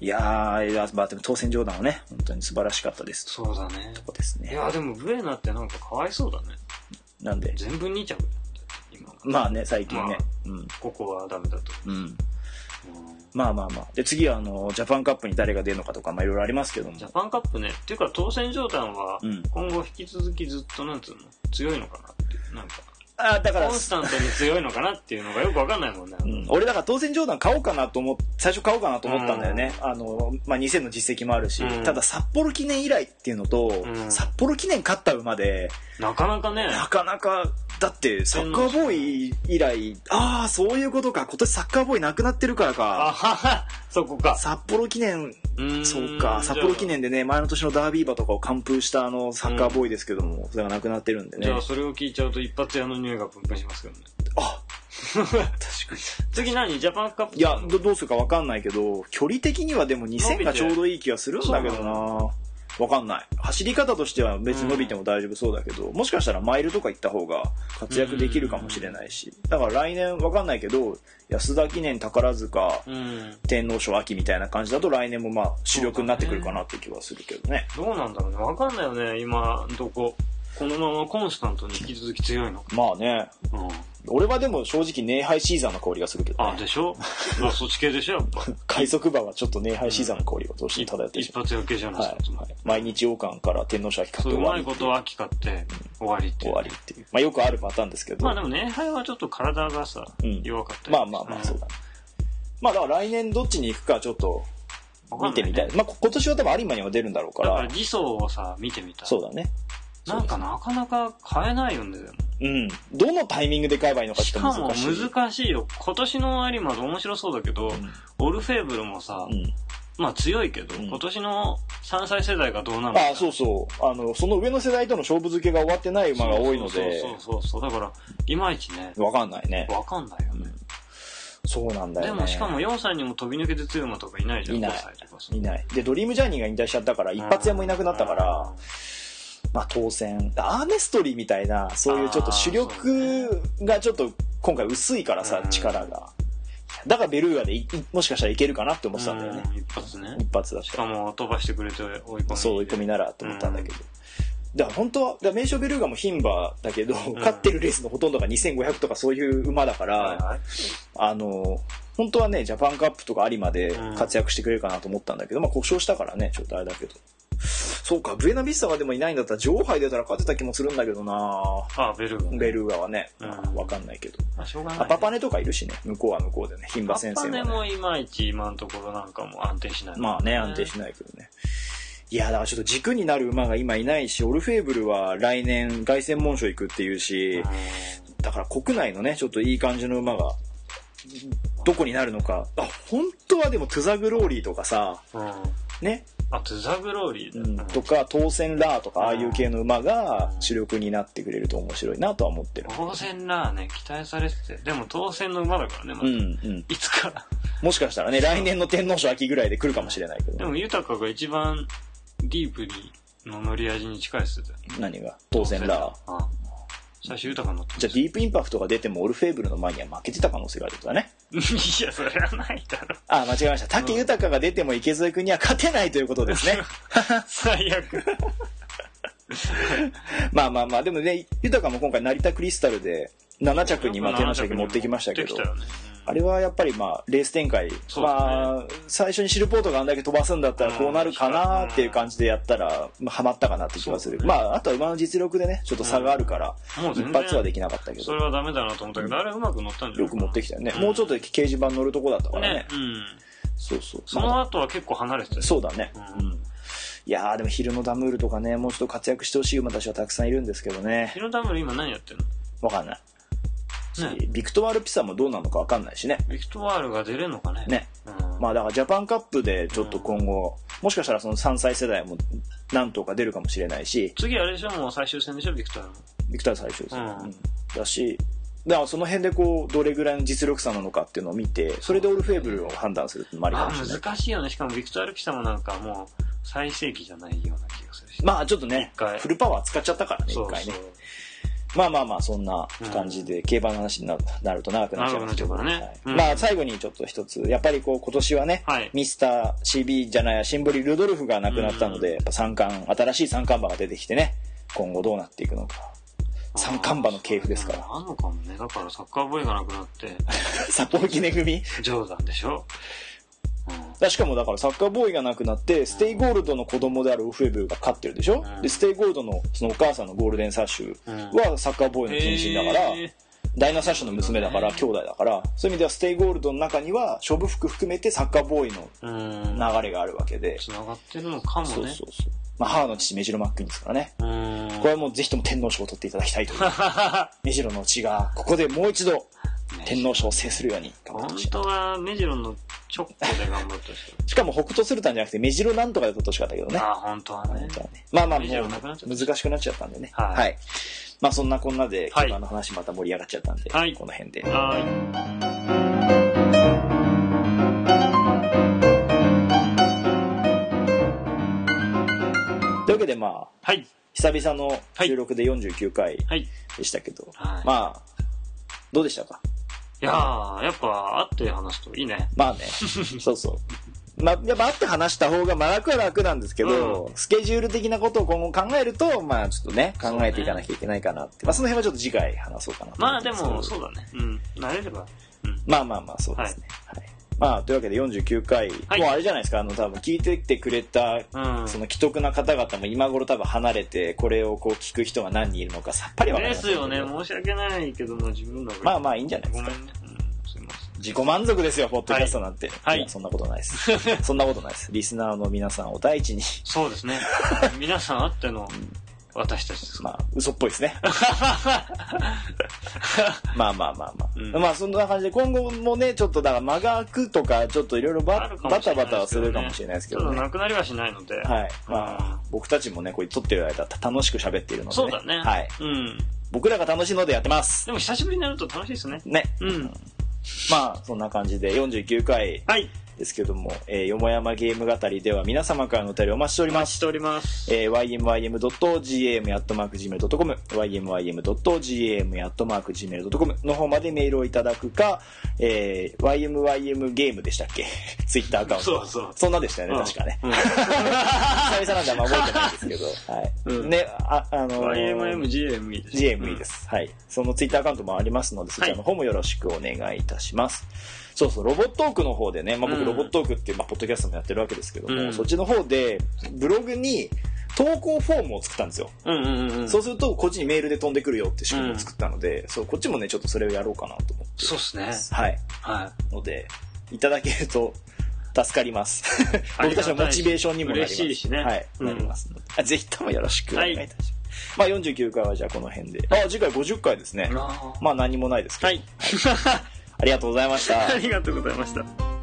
S1: いやー、いやまあでも当選冗談はね、本当に素晴らしかったです。そ
S2: そうだね
S1: うです
S2: い
S1: ね。
S2: やでもブエナってなんかかわいそうだね
S1: なんで、
S2: 全部2着だって今
S1: まあね、最近ね。うん。
S2: ここはダメだと、
S1: うん。
S2: うん
S1: まあまあまあ。で、次はあの、ジャパンカップに誰が出るのかとか、まあいろいろありますけども
S2: ジ。ャパンカップねっていうか当選状態は
S1: うん
S2: 今後引き続きずっとなんつうの強いのかなっていうなんか
S1: あ、だから
S2: コン、スタントに強いのかなっていうのがよくわかんないもんね、
S1: うん、俺だから当選冗談買おうかなと思っ最初買おうかなと思ったんだよね、あのまあ、2000の実績もあるし、
S2: うん
S1: ただ札幌記念以来っていうのと、
S2: うん
S1: 札幌記念勝った馬で
S2: なかなか
S1: <laughs>
S2: ね
S1: なかなかだってサッカーボーイ以来ああそういうことか今年サッカーボーイなくなってるから
S2: あは
S1: か
S2: はそこか
S1: 札幌記念
S2: うーん
S1: そうか札幌記念でね前の年のダービー馬とかを完封したあのサッカーボーイですけども、それがなくなってるんで
S2: じ
S1: ね
S2: ゃあそれを聞いちゃうと一発屋の匂いがプンプンしますけどね
S1: あ確かに
S2: 次何ジャパンカップ
S1: いやどどうするか分かんないけど距離的にはでも
S2: 伸びて
S1: 2000がちょうどいい気がするんだけど
S2: そう
S1: な分かんない走り方としては別に伸びても大丈夫そうだけど、もしかしたらマイルとか行った方が活躍できるかもしれないしだから来年分かんないけど安田記念宝塚
S2: うん
S1: 天皇賞秋みたいな感じだと来年もまあ主力になってくるかなって気はするけどね
S2: どうなんだろうねわかんないよね今どここのままコンスタントに引き続き強いのか、
S1: まあね
S2: うん、
S1: 俺はでも正直ネイハイシーザーの香りがするけど、
S2: あ
S1: ね、
S2: で
S1: <laughs>
S2: しょまあそっち系でしょやっぱ
S1: 快速馬はちょっとネイハイシーザーの香りがどうしても漂ってし
S2: 一
S1: まう、
S2: 発屋系じゃない
S1: はい
S2: ですか、
S1: はい、毎日王冠から天皇賞秋買っ
S2: そ
S1: て
S2: うう
S1: 終わ
S2: まい
S1: り
S2: ことは秋買って終わりってい
S1: 終
S2: う
S1: わりっていう。まあよくあるパターンですけど。
S2: まあでもね杯はちょっと体がさ、
S1: うん
S2: 弱かったり
S1: まあまあまあ、そうだ、ね。まあだから来年どっちに行くかちょっと見てみたい。
S2: わかんないね
S1: まあこ今年は多分有馬にも出るんだろうか
S2: だからら。理想をさ見てみたい
S1: そうだね。
S2: なんかなかなか買えないよねでも
S1: うん。どのタイミングで買えばいいのか
S2: し
S1: ちょ
S2: か
S1: っと
S2: も
S1: 難しい。
S2: 難しいよ今年の有馬面白そうだけど、オルフェーブルもさ、
S1: うん。
S2: まあ強いけど、
S1: うん
S2: 今年の3歳世代がどうなのか
S1: ああ、そうそう。あの、その上の世代との勝負付けが終わってない馬が多いので、
S2: そうそうそうそうだからいまいちね
S1: わかんないね。
S2: わかんないよね、
S1: そうなんだ
S2: で
S1: よね。
S2: もしかも4歳にも飛び抜けて強い馬とかいないじゃん
S1: いない
S2: 5歳とかさ
S1: いない。で、ドリームジャーニーが引退しちゃったから、一発屋もいなくなったから、まあ当選。アーメストリーみたいな、そういうちょっと主力がちょっと今回薄いから
S2: あーそう
S1: さ
S2: ね、
S1: 力が。だからベルーガでいいもしかしたらいけるかなって思ってたんだよね。
S2: うん一発ね。
S1: 一発だし
S2: し。かも飛ばしてくれて追い込み。
S1: そう追い込みならと思ったんだけど、だから本当はだから名称ベルーガも牝馬だけど、
S2: ん
S1: 勝ってるレースのほとんどが2500とかそういう馬だから、
S2: はいはい
S1: あの本当はねジャパンカップとか有馬で
S2: うん
S1: 活躍してくれるかなと思ったんだけど、まあ故障したからねちょっとあれだけどそうかブエナビスタがでもいないんだったら上海出たら勝てた気もするんだけどな
S2: ああ、ベルが。
S1: ベルーガはね、
S2: うん
S1: わかんないけど、
S2: まあ、しょうがない、
S1: あパパネとかいるしね向こうは向こうでね牝馬
S2: パ
S1: 先
S2: パ
S1: 生
S2: ネ
S1: もね
S2: もいまいち今のところなんかも安定しない。
S1: まあね、安定しないけどね。いや、だからちょっと軸になる馬が今いないし、オルフェーブルは来年凱旋門賞行くっていうし、だから国内のね、ちょっといい感じの馬が、どこになるのか。あ、本当はでもトゥザグローリーとかさ、
S2: うん。うん
S1: ね、
S2: あ、トゥザグローリーだ。
S1: とか、当選ラーとか、ああいう系の馬が主力になってくれると面白いなとは思ってる。
S2: 当選ラーね、期待されてて。でも当選の馬だからね、ま
S1: う
S2: だ
S1: ん、うん。
S2: いつか。
S1: もしかしたらね、来年の天皇賞秋ぐらいで来るかもしれないけ
S2: で
S1: ど、
S2: も、豊かが一番ディープに、の乗り味に近いっすよ。
S1: 何が当選ラー。
S2: ー。あ最初豊か乗ってま
S1: じゃあ
S2: す
S1: ディープインパクトが出てもオルフェーブルの前には負けてた可能性があるってことだね。
S2: <laughs> いや、それはないだろ。
S1: あ間違えました。竹豊が出ても池添君には勝てないということですね。
S2: 最悪。
S1: まあまあまあ、でもね、豊も今回成田クリスタルで7着にまあ手の下に持ってきましたけど
S2: 持ってき、よね
S1: あれはやっぱりまあレース展開、
S2: すね
S1: まあ最初にシルポートがあんだけ飛ばすんだったらこうなるかなっていう感じでやったら、まあ、ハマったかなって気がする。
S2: そうね
S1: まああとは馬の実力でね、ちょっと差があるから、
S2: もう
S1: 一
S2: 全然
S1: 発はできなかったけ
S2: そ
S1: ど、
S2: れはダメだなと思ったけど、あれうまく乗ったんじゃない
S1: よく持ってきたよね。
S2: うん
S1: もうちょっと掲示板乗るとこだったからね
S2: ね。。うん。
S1: そうそう。
S2: その後は結構離れてたよ
S1: そうだね。
S2: う
S1: うんん。いやーでも昼のダムールとかね、もうちょっと活躍してほしい馬たちはたくさんいるんですけどね
S2: ヒ。ロダムル今何やってん
S1: わかんない。
S2: のね。
S1: ビクトワール・ピサもどうなのかわかんないしね。
S2: ビクトワールが出れんのかね。
S1: ね。
S2: うん。
S1: まあだからジャパンカップでちょっと今後、もしかしたらその3歳世代も何頭か出るかもしれないし、
S2: 次あれでしょもう最終戦でしょビクトワールも。
S1: ビクター最終戦、
S2: うん
S1: うんだし、だからその辺でこう、どれぐらいの実力差なのかっていうのを見て、それでオルフェーブルを判断するってのもありか
S2: あ
S1: もしれない。
S2: 難しいよね。しかもビクトワールピサもなんかもう最盛期じゃないような気がするし。
S1: まあちょっとね
S2: 一回、
S1: フルパワー使っちゃったからね、一
S2: そうそう
S1: 回ね。まあまあまあ、そんな感じで、競馬の話にななると長くなっちゃいますけど、
S2: 長くなっちゃうからね
S1: はい
S2: うん
S1: まあ最後にちょっと一つ、やっぱりこう今年はね、
S2: はい
S1: ミスター CB じゃないや、シンボリルドルフが亡くなったので、やっぱ三冠、新しい三冠馬が出てきてね、今後どうなっていくのか。三冠馬の系譜ですから。 <laughs>
S2: あんのかもね。だからサッカーボーイがなくなって、
S1: サポーキネ組
S2: 冗談でしょ。うん
S1: しかもだからサッカーボーイが亡くなって、ステイゴールドの子供であるオフェブが勝ってるでしょ、
S2: うん
S1: で、ステイゴールドのそのお母さんのゴールデンサッシュはサッカーボーイの近親だから、
S2: え
S1: ダイナサッシュの娘だから、兄弟だから、そういう意味ではステイゴールドの中には、勝負服含めてサッカーボーイの
S2: ーうん。
S1: 流れがあるわけで、
S2: 繋がってるのかもね。
S1: そうそうそう。まあ、母の父、メジロマックイーンですからね。
S2: うーん。
S1: これはもうぜひとも天皇賞を取っていただきたいという。
S2: <laughs>
S1: メジロの血が、ここでもう一度、天皇賞を制するように頑張って
S2: 本
S1: ほしい。
S2: 当はメジロのチョッコで頑張ってほしい。
S1: しかも北斗スルタンじゃなくて、メジロなんとかで取ってほしかったけどね。
S2: ああ、本当はね。
S1: まあまあ、も
S2: メ
S1: う
S2: ジロなくなっちゃった
S1: 難しくなっちゃったんでね。
S2: はい
S1: はい。まあそんなこんなで、
S2: はい
S1: 競馬の話また盛り上がっちゃったんで、
S2: はい
S1: この辺で。
S2: は
S1: というわけでまあ、
S2: い。はい。
S1: 久々の収録で49回
S2: はい。い
S1: でしたけど、
S2: はい
S1: まあ、どうでしたか
S2: やー、やっぱ、会って話すといいね。 <laughs>
S1: まあね、そうそう。まあ、やっぱ会って話した方が、まあ楽は楽なんですけど、スケジュール的なことを今後考えると、まあちょっとね、考えていかなきゃいけないかなって。まあその辺はちょっと次回話そうかなと
S2: ま
S1: 思う
S2: あ
S1: ん
S2: です
S1: けど
S2: も、そうだね。うん。慣れれば。うん。
S1: まあまあまあ、そうですね。はい。まあ、というわけで49回、
S2: はい
S1: もうあれじゃないですか、あの、多分聞いてきてくれた、
S2: うん
S1: その既得な方々も今頃多分離れて、これをこう聞く人が何人いるのかさっぱりわかり
S2: で
S1: ません
S2: す
S1: けど
S2: よね。申し訳ないけども、自分の。
S1: まあまあいいんじゃないで
S2: ご
S1: す
S2: め
S1: か。
S2: んね。うん。すいません。
S1: 自己満足ですよ、ポッドキャストなんて。
S2: はい
S1: いやそんなことないです。そんなことないです。リスナーの皆さんを第一に、
S2: そうで
S1: <laughs>
S2: すね。皆さんあっての、私たちです。
S1: まあ、嘘っぽいです
S2: <laughs>
S1: ね。まあまあまあまあ。
S2: うん
S1: まあそんな感じで、今後もね、ちょっとだから間が空くとか、ちょっといろいろ
S2: あ
S1: バ
S2: るかも
S1: バ
S2: しれ
S1: タ
S2: な
S1: バ
S2: い
S1: タはするかもしれないですけ
S2: ちょ
S1: ど
S2: っと
S1: ね。
S2: なくなりはしないので。
S1: はい。ま
S2: まあ
S1: あ、僕たちもね、これ撮ってる間楽しく喋っているので、
S2: そうだね。
S1: はい。
S2: うん。
S1: 僕らが楽しいのでやってます。
S2: でも久しぶりになると楽しいですね。
S1: ね。
S2: うん。
S1: まあ、そんな感じで49回、
S2: はい。
S1: ですけども、えー、よもやまゲーム語りでは皆様からのお便りお待ちしており
S2: お
S1: ま
S2: 待ちし
S1: す。
S2: ております。
S1: えー、ymym.gm.gmail.com、ymym.gm.gmail.com の方までメールをいただくか、えー、ymym ゲームでしたっけ <laughs> ツイッターアカウント。
S2: そうそう
S1: そんなでしたよね、確かね。
S2: うん。
S1: 久々なんであんま覚えてないんですけど。はい。
S2: うん
S1: ね、あ、あのー
S2: YMMGME です。
S1: GME です。はい。そのツイッターアカウントもありますので、そちらの方もよろしくお願いいたします。そうそう、ロボットトークの方でね、まあ、
S2: う
S1: 僕
S2: ん
S1: ロボットトークっていう、まあ、ポッドキャストもやってるわけですけども、
S2: うん
S1: そっちの方で、ブログに投稿フォームを作ったんですよ。
S2: うん。うんうんうん。
S1: そ
S2: そう
S1: うすると、こっちにメールで飛んでくるよって仕組みを作ったので、そう、こっちもね、ちょっとそれをやろうかなと思って。
S2: っすね。
S1: はい。
S2: <laughs> は
S1: ので、いただけると助かります。
S2: あ
S1: 僕
S2: り
S1: た
S2: がた
S1: ち
S2: い
S1: のモチベーションにもなります。
S2: 嬉しいしね
S1: はい。
S2: うん
S1: なりますのであぜひともよろしくお願いいたします。まあ49回はじゃあこの辺で。あ、次回50回ですね
S2: い。。あ
S1: まあ何もないですけど。
S2: ーはい。
S1: ありがとうございました
S2: あ。りがとうございました。